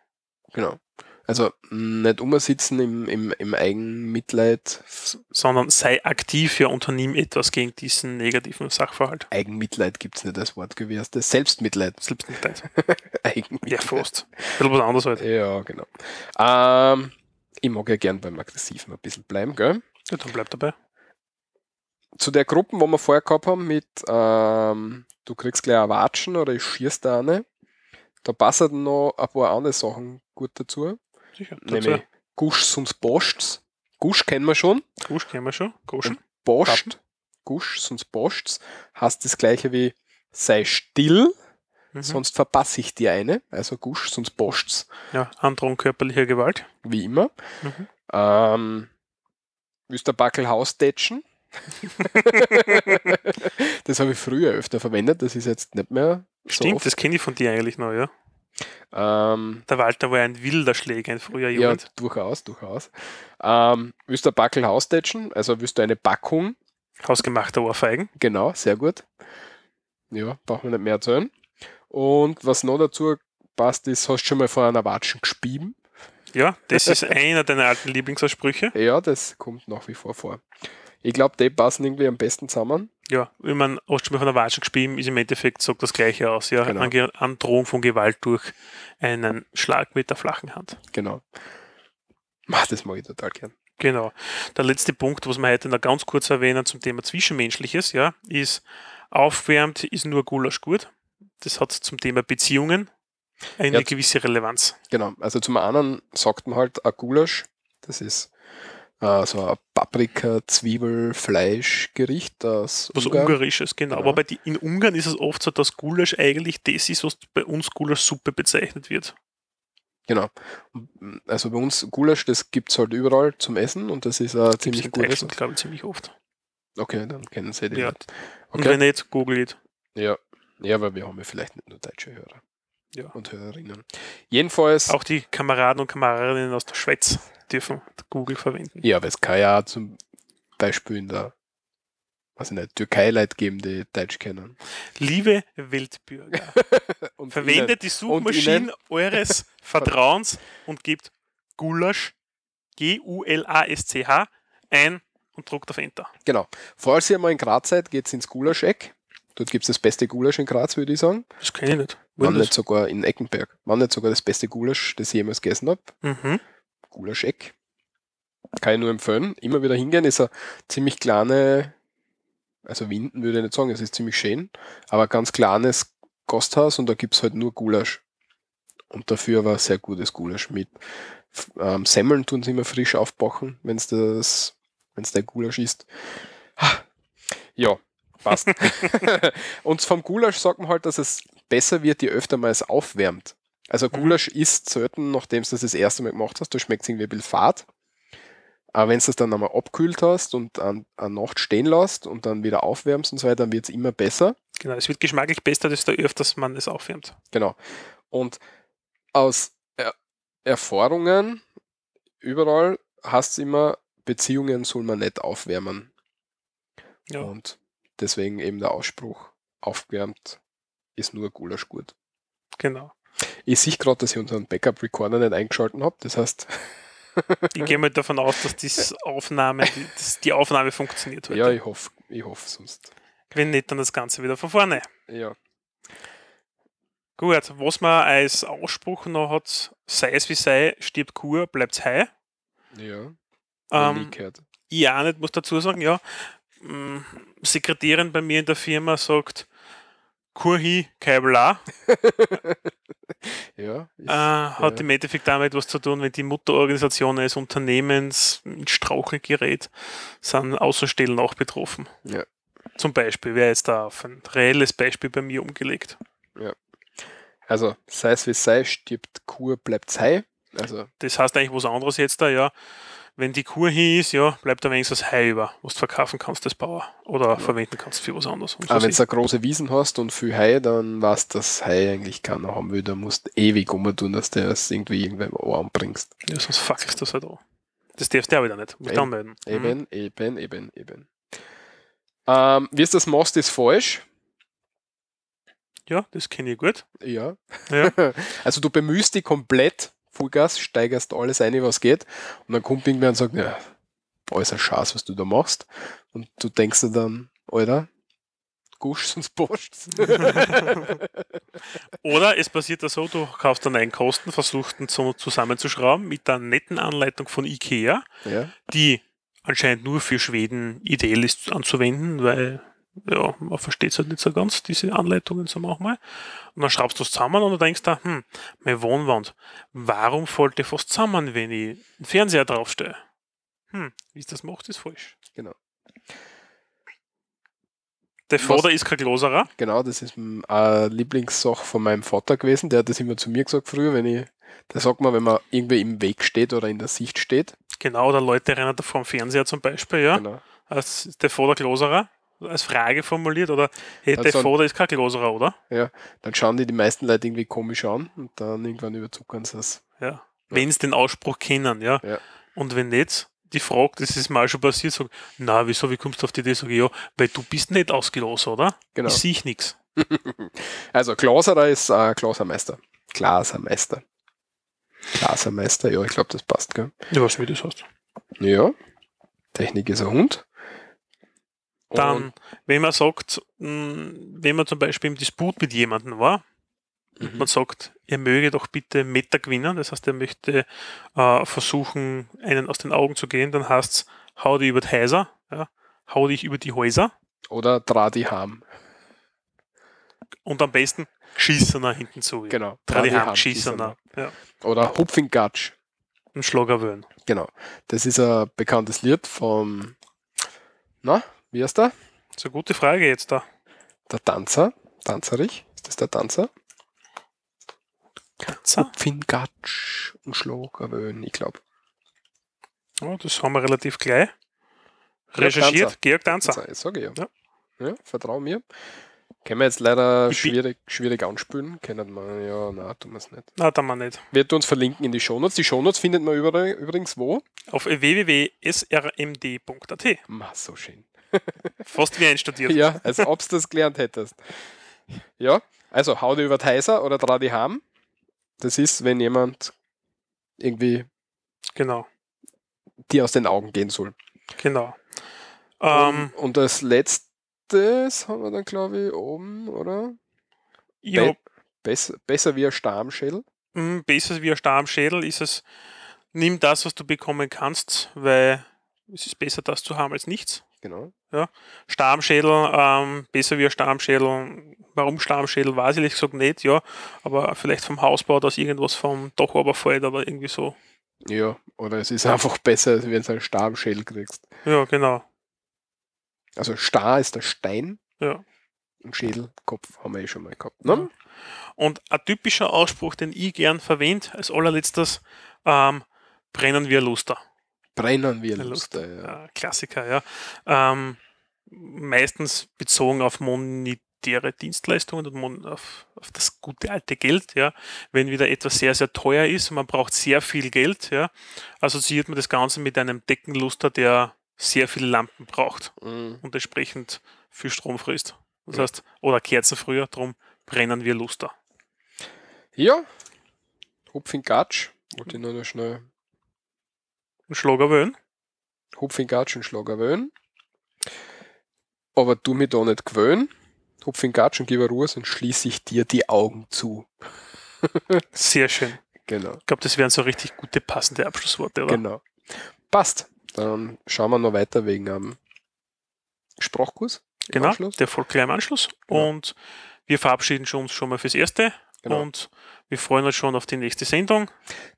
A: Genau. Also mh, nicht umsitzen im, im, im Eigenmitleid,
B: S- Sondern sei aktiv, ja, unternimm etwas gegen diesen negativen Sachverhalt.
A: Eigenmitleid gibt es nicht als Wort gewesen. Das Selbstmitleid.
B: Selbst nicht eins.
A: Eigenmitleid.
B: Ja, fast. Ein bisschen was anderes halt.
A: Ja, genau. Ähm, ich mag ja gern beim Aggressiven ein bisschen bleiben, gell?
B: Ja, dann bleib dabei.
A: Zu der Gruppe, wo wir vorher gehabt haben, mit ähm, du kriegst gleich ein Watschen oder ich schierst da eine. Da passen noch ein paar andere Sachen gut dazu.
B: Sicher.
A: Nämlich Guschs und Boschs. Gusch kennen wir schon.
B: Gusch kennen wir schon. Guschen.
A: Boscht. Guschs und Boschs heißt das gleiche wie sei still,
B: Mhm.
A: sonst verpasse ich dir eine. Also Guschs und Boschs.
B: Ja, Androhung körperlicher Gewalt.
A: wie immer.
B: Mhm.
A: Ähm, Mr. Buckelhaus tätschen. das habe ich früher öfter verwendet, das ist jetzt nicht mehr so
B: Stimmt,
A: oft.
B: das kenne ich von dir eigentlich noch, ja.
A: Ähm,
B: Der Walter war ein wilder Schläger in früher
A: ja,
B: Jugend.
A: durchaus, durchaus. Ähm, willst du ein Buckelhaus tätschen? Also willst du eine Packung?
B: Hausgemachter Ohrfeigen.
A: Genau, sehr gut. Ja, braucht man nicht mehr erzählen. Und was noch dazu passt, ist, hast du schon mal von einer Watschen gespieben?
B: Ja, das ist einer deiner alten Lieblingsausbrüche.
A: Ja, das kommt nach wie vor vor. Ich glaube, die passen irgendwie am besten zusammen.
B: Ja, wenn man oft schon mal von der Watschen gespielt ist, im Endeffekt sagt das Gleiche aus. Ja,
A: Genau.
B: Ange Androhung von Gewalt durch einen Schlag mit der flachen Hand.
A: Genau. Mach das mag ich total gern.
B: Genau. Der letzte Punkt, was wir heute noch ganz kurz erwähnen zum Thema Zwischenmenschliches, ja, ist aufwärmt ist nur Gulasch gut. Das hat zum Thema Beziehungen eine
A: Ja.
B: gewisse Relevanz.
A: Genau. Also zum einen sagt man halt ein Gulasch, das ist äh, so ein Paprika, Zwiebel, Fleisch, Gericht aus
B: Was
A: Ungarn.
B: Ungarisches, genau.
A: Genau.
B: Aber bei die, in Ungarn ist es oft so, dass Gulasch eigentlich das ist, was bei uns Gulaschsuppe bezeichnet wird.
A: Genau. Und, Also bei uns Gulasch, das gibt es halt überall zum Essen und das ist ein
B: Gibt's
A: ziemlich
B: in
A: gutes.
B: Deutschland, glaube ich, ziemlich oft.
A: Okay, dann kennen Sie den.
B: Ja.
A: nicht.
B: Und
A: Okay.
B: wenn nicht, google it.
A: Ja. ja, weil wir haben ja vielleicht nicht nur deutsche Hörer
B: Ja.
A: und Hörerinnen. Jedenfalls,
B: Auch die Kameraden und Kameradinnen aus der Schweiz dürfen Google verwenden.
A: ja, weil es kann ja zum Beispiel in der, was in der Türkei Leute geben, die Deutsch kennen.
B: Liebe Weltbürger,
A: Und ihnen-
B: verwendet die
A: Ihnen?
B: Suchmaschinen eures Vertrauens und gebt Gulasch, G-U-L-A-S-C-H, ein und drückt auf Enter.
A: Genau. Falls ihr mal in Graz seid, geht's ins Gulascheck. Dort gibt's das beste Gulasch in Graz, würde ich sagen.
B: Das kenne ich nicht.
A: Wann nicht sogar in Eckenberg. Wann nicht sogar das beste Gulasch, das ich jemals gegessen hab.
B: Mhm.
A: Gulascheck. Kann ich nur empfehlen. Immer wieder hingehen. Ist eine ziemlich kleine, also Winden würde ich nicht sagen, es ist ziemlich schön, aber ein ganz kleines Gasthaus und da gibt's halt nur Gulasch. Und dafür war sehr gutes Gulasch mit. F- Ähm, Semmeln tun sie immer frisch aufbacken, wenn's das, wenn's der Gulasch ist. Ah. Ja, passt. und vom Gulasch sagt man halt, dass es besser wird, je öfter man es aufwärmt. Also Gulasch isst selten, nachdem du das das erste Mal gemacht hast, da schmeckt es irgendwie ein bisschen fad. Aber wenn du es dann einmal abkühlt hast und an, an Nacht stehen lässt und dann wieder aufwärmst und so weiter, dann wird es immer besser.
B: Genau, es wird geschmacklich besser, desto öfters man es aufwärmt.
A: Genau. Und aus er Erfahrungen überall hast du immer, Beziehungen soll man nicht aufwärmen.
B: Ja.
A: Und deswegen eben der Ausspruch, aufgewärmt ist nur Gulasch gut.
B: Genau.
A: Ich sehe gerade, dass ich unseren Backup-Recorder nicht eingeschalten habe. Das heißt,
B: Ich gehe mal davon aus, dass dies Aufnahme, die, dass die Aufnahme funktioniert heute.
A: ja, ich hoffe, ich hoffe sonst.
B: Wenn nicht, dann das Ganze wieder von vorne.
A: Ja,
B: Gut, was man als Ausspruch noch hat, sei es wie sei, stirbt Kur, bleibt hei.
A: ja. noch nie
B: Ähm,
A: gehört.
B: ich auch nicht, muss dazu sagen, ja. Mm, Sekretärin bei mir in der Firma sagt, Kurhi, kein bla.
A: Ja, ist,
B: Äh, hat im Endeffekt damit was zu tun, wenn die Mutterorganisation eines Unternehmens in Strauchel gerät, sind Außenstellen auch betroffen.
A: Ja.
B: Zum Beispiel wäre jetzt da auf ein reelles Beispiel bei mir umgelegt. äh,
A: also, sei es wie es sei, stirbt Kur, bleibt sei. Also,
B: Das heißt eigentlich was anderes jetzt da, ja. Wenn die Kur hier ist, ja, bleibt da wenigstens das Hai über, was du verkaufen kannst, das Bauer. Oder verwenden kannst für was anderes. Und
A: aber wenn
B: so
A: du Ah, große Wiesen hast und viel Hai, dann weißt du, dass Hai eigentlich keiner haben will. Da musst du ewig umtun, dass du das irgendwie irgendwem anbringst.
B: ja, sonst fuckst du das halt auch. Das darfst du ja wieder nicht. Muss
A: Eben.
B: dann anmelden. Mhm.
A: Eben, eben, eben, eben. Ähm, wie es das machst, ist falsch.
B: Ja, das kenne ich gut.
A: Ja.
B: Ja.
A: Also, du bemühst dich komplett, Vollgas, steigerst alles ein, was geht. Und dann kommt irgendwer und sagt, ja, alles ein Schatz, was du da machst. Und du denkst dir dann, Alter, gusch, sonst boschst.
B: Oder es passiert das so, du kaufst dann einen Kosten, versuchst ihn zum, zusammenzuschrauben mit der netten Anleitung von Ikea,
A: ja.
B: die anscheinend nur für Schweden ideell ist anzuwenden, weil ja, man versteht es halt nicht so ganz, diese Anleitungen so manchmal. Und dann schraubst du es zusammen und du denkst da, hm, meine Wohnwand, warum fällt die fast zusammen, wenn ich einen Fernseher draufstehe? Hm, wie es das macht, ist falsch.
A: Genau.
B: Der
A: Was-
B: Vater ist kein Gloserer.
A: Genau, das ist m- eine Lieblingssache von meinem Vater gewesen. Der hat das immer zu mir gesagt früher, wenn ich, der sagt man, wenn man irgendwie im Weg steht oder in der Sicht steht.
B: Genau, oder Leute rennen da vor dem Fernseher zum Beispiel, ja.
A: Genau.
B: als ist der Vater Gloserer als Frage formuliert oder hey, der
A: Also-
B: Vater ist kein Gloserer, oder?
A: Dann schauen die die meisten Leute irgendwie komisch an und dann irgendwann überzuckern sie es.
B: Ja. Wenn sie den Ausspruch kennen, ja.
A: Ja.
B: Und wenn nicht, die Frage, das ist mal schon passiert, sagt, na, wieso, wie kommst du auf die Idee? Sag ich, ja, weil du bist nicht ausgelost, oder?
A: Genau.
B: Ich sehe nichts.
A: Also Klauserer ist äh, Klausermeister. Glasermeister. Glasermeister, ja, ich glaube, das passt, gell?
B: Ja, was mir das heißt.
A: Ja. Technik ist ein Hund. Und-
B: Dann, wenn man sagt, mh, wenn man zum Beispiel im Disput mit jemandem war, und
A: Mhm.
B: man sagt, er möge doch bitte Meta gewinnen, das heißt, er möchte äh, versuchen, einen aus den Augen zu gehen, dann heißt es, hau dich über die Häuser, ja, hau dich über die Häuser
A: Oder Tradi Ham.
B: und am besten Geschissener hinten zu. ja.
A: Genau.
B: Drei
A: Tradi
B: haben Geschissener. ne? Ja.
A: Oder Hupfingatsch.
B: Ein Schlagerwöhn.
A: Genau. Das ist ein bekanntes Lied vom, na, wie heißt der?
B: Das ist eine gute Frage jetzt da.
A: Der Tanzer. Tanzerich. Ist das der Tanzer?
B: So.
A: Hupfingatsch und Schlagerwöhn, ich glaube.
B: Ja, das haben wir relativ gleich.
A: Georg
B: Recherchiert,
A: Danzer.
B: Georg Danzer.
A: Jetzt sage ich ja.
B: Ja.
A: ja. Vertrau mir. Können wir jetzt leider
B: Ich bin-
A: schwierig, schwierig anspülen. Können wir, ja, na, tun wir es nicht.
B: Na, da man nicht.
A: Wir tun uns verlinken in die Shownotes. Die Shownotes findet man überall, übrigens wo?
B: Auf www.srmd.at.
A: Ma, so schön.
B: Fast wie einstudiert.
A: Ja, als ob du das gelernt hättest. Ja, also hau dir über die Häuser oder trau die Ham. Das ist, wenn jemand irgendwie
B: Genau,
A: dir aus den Augen gehen soll.
B: genau. Ähm,
A: und, und als letztes haben wir dann, glaube ich, oben, oder?
B: ich hab,
A: Besser, besser wie ein Stammschädel.
B: mh, besser wie ein Stammschädel ist es, nimm das, was du bekommen kannst, weil es ist besser, das zu haben als nichts.
A: Genau.
B: Stammschädel, ähm, besser wie ein Stammschädel. Warum Stammschädel, weiß ich ehrlich gesagt nicht, ja. Aber vielleicht vom Hausbau, dass irgendwas vom Dach runterfällt oder irgendwie so.
A: Ja, oder es ist einfach besser, als wenn du einen Stammschädel kriegst.
B: Ja, genau.
A: Also Star ist der Stein
B: Ja.
A: und Schädel, Kopf haben wir eh schon mal gehabt. Ne?
B: Und ein typischer Ausspruch, den ich gern verwende, als allerletztes, ähm, brennen wir Luster.
A: Brennen wir
B: Der
A: Luster. Ja.
B: Äh, Klassiker, ja. Ähm, meistens bezogen auf monetäre Dienstleistungen und mon auf, auf das gute alte Geld, ja. Wenn wieder etwas sehr, sehr teuer ist und man braucht sehr viel Geld, ja, assoziiert man das Ganze mit einem Deckenluster, der sehr viele Lampen braucht
A: Mhm.
B: und entsprechend viel Strom frisst. Das
A: Ja.
B: heißt, oder Kerzen früher, drum brennen wir Luster.
A: Ja. Hupfingatsch. Wollte ich nur noch schnell.
B: Ein Schlagerwöhn.
A: Hupfingatsch und Schlagerwöhn. Aber du mich da nicht gewöhnen. Hupfingatsch und gib eine Ruhe, sonst schließe ich dir die Augen zu.
B: Sehr schön.
A: Genau.
B: Ich glaube, das wären so richtig gute, passende Abschlussworte, oder?
A: Genau. Passt. Dann schauen wir noch weiter wegen einem Sprachkurs. im
B: Genau,
A: Anschluss.
B: der folgt gleich im Anschluss.
A: Genau.
B: Und wir verabschieden schon uns schon mal fürs Erste.
A: Genau.
B: Und wir freuen uns schon auf die nächste Sendung.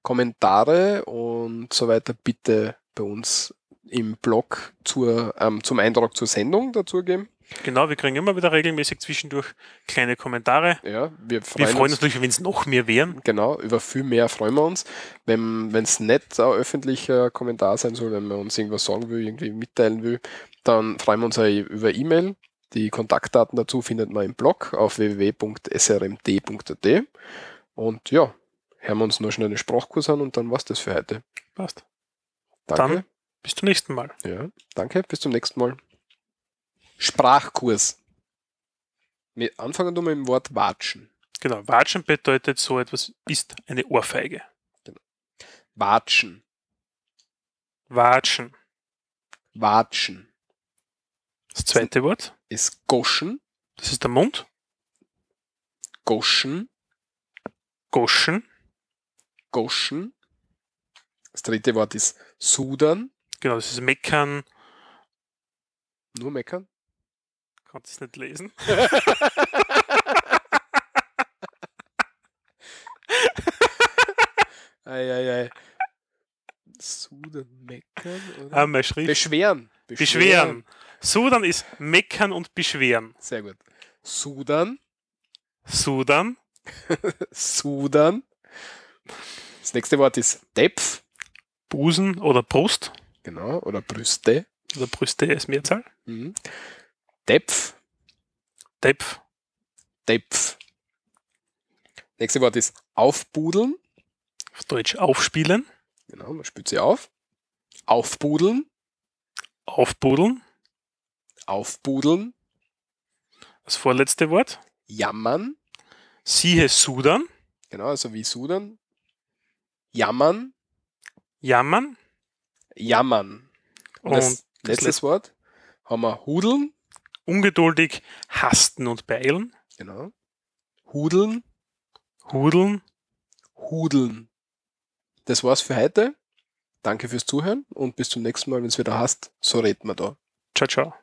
A: Kommentare und so weiter bitte bei uns im Blog zur, ähm, zum Eintrag zur Sendung dazugeben.
B: Genau, wir kriegen immer wieder regelmäßig zwischendurch kleine Kommentare.
A: Ja, wir freuen,
B: Wir freuen uns natürlich, wenn es noch mehr wären.
A: Genau, über viel mehr freuen wir uns. Wenn es nicht ein öffentlicher Kommentar sein soll, wenn man uns irgendwas sagen will, irgendwie mitteilen will, dann freuen wir uns auch über E-Mail. Die Kontaktdaten dazu findet man im Blog auf www.srmd.at. Und ja, hören wir uns nur schnell den Sprachkurs an und dann war's das für heute.
B: Passt.
A: Danke.
B: Bis zum nächsten Mal.
A: Ja, danke, bis zum nächsten Mal. Sprachkurs. Wir anfangen nur mit dem Wort watschen.
B: Genau, Watschen bedeutet so etwas, ist eine Ohrfeige.
A: Watschen.
B: Watschen.
A: Watschen
B: Das zweite Wort.
A: ist Goschen.
B: Das ist der Mund.
A: Goschen.
B: Goschen.
A: Goschen. Das dritte Wort ist Sudern.
B: Genau, das ist Meckern.
A: Nur meckern.
B: Kannst es nicht lesen.
A: Eieiei. Sudern, meckern. Oder?
B: Ah, meine Schrift.
A: Beschweren.
B: Beschweren. Sudan ist Meckern und Beschweren.
A: Sehr gut. Sudern.
B: Sudan.
A: Sudern. Das nächste Wort ist Depf.
B: Busen oder Brust.
A: Genau. Oder Brüste.
B: Oder Brüste ist Mehrzahl.
A: Mhm. Depf.
B: Depf.
A: Depf. Nächste Wort ist aufbudeln.
B: Auf Deutsch aufspielen.
A: Genau, man spült sie auf. Aufbudeln.
B: Aufbudeln.
A: Aufbudeln.
B: Das vorletzte Wort.
A: Jammern.
B: Siehe Sudan.
A: Genau, also wie Sudan. Jammern.
B: Jammern.
A: Jammern. Und
B: Und
A: das
B: das
A: letztes Wort haben wir Hudeln.
B: ungeduldig hasten und beilen.
A: Genau. Hudeln.
B: Hudeln.
A: Hudeln. Das war's für heute. Danke fürs Zuhören und bis zum nächsten Mal, wenn es wieder hast. So reden wir da.
B: Ciao, ciao.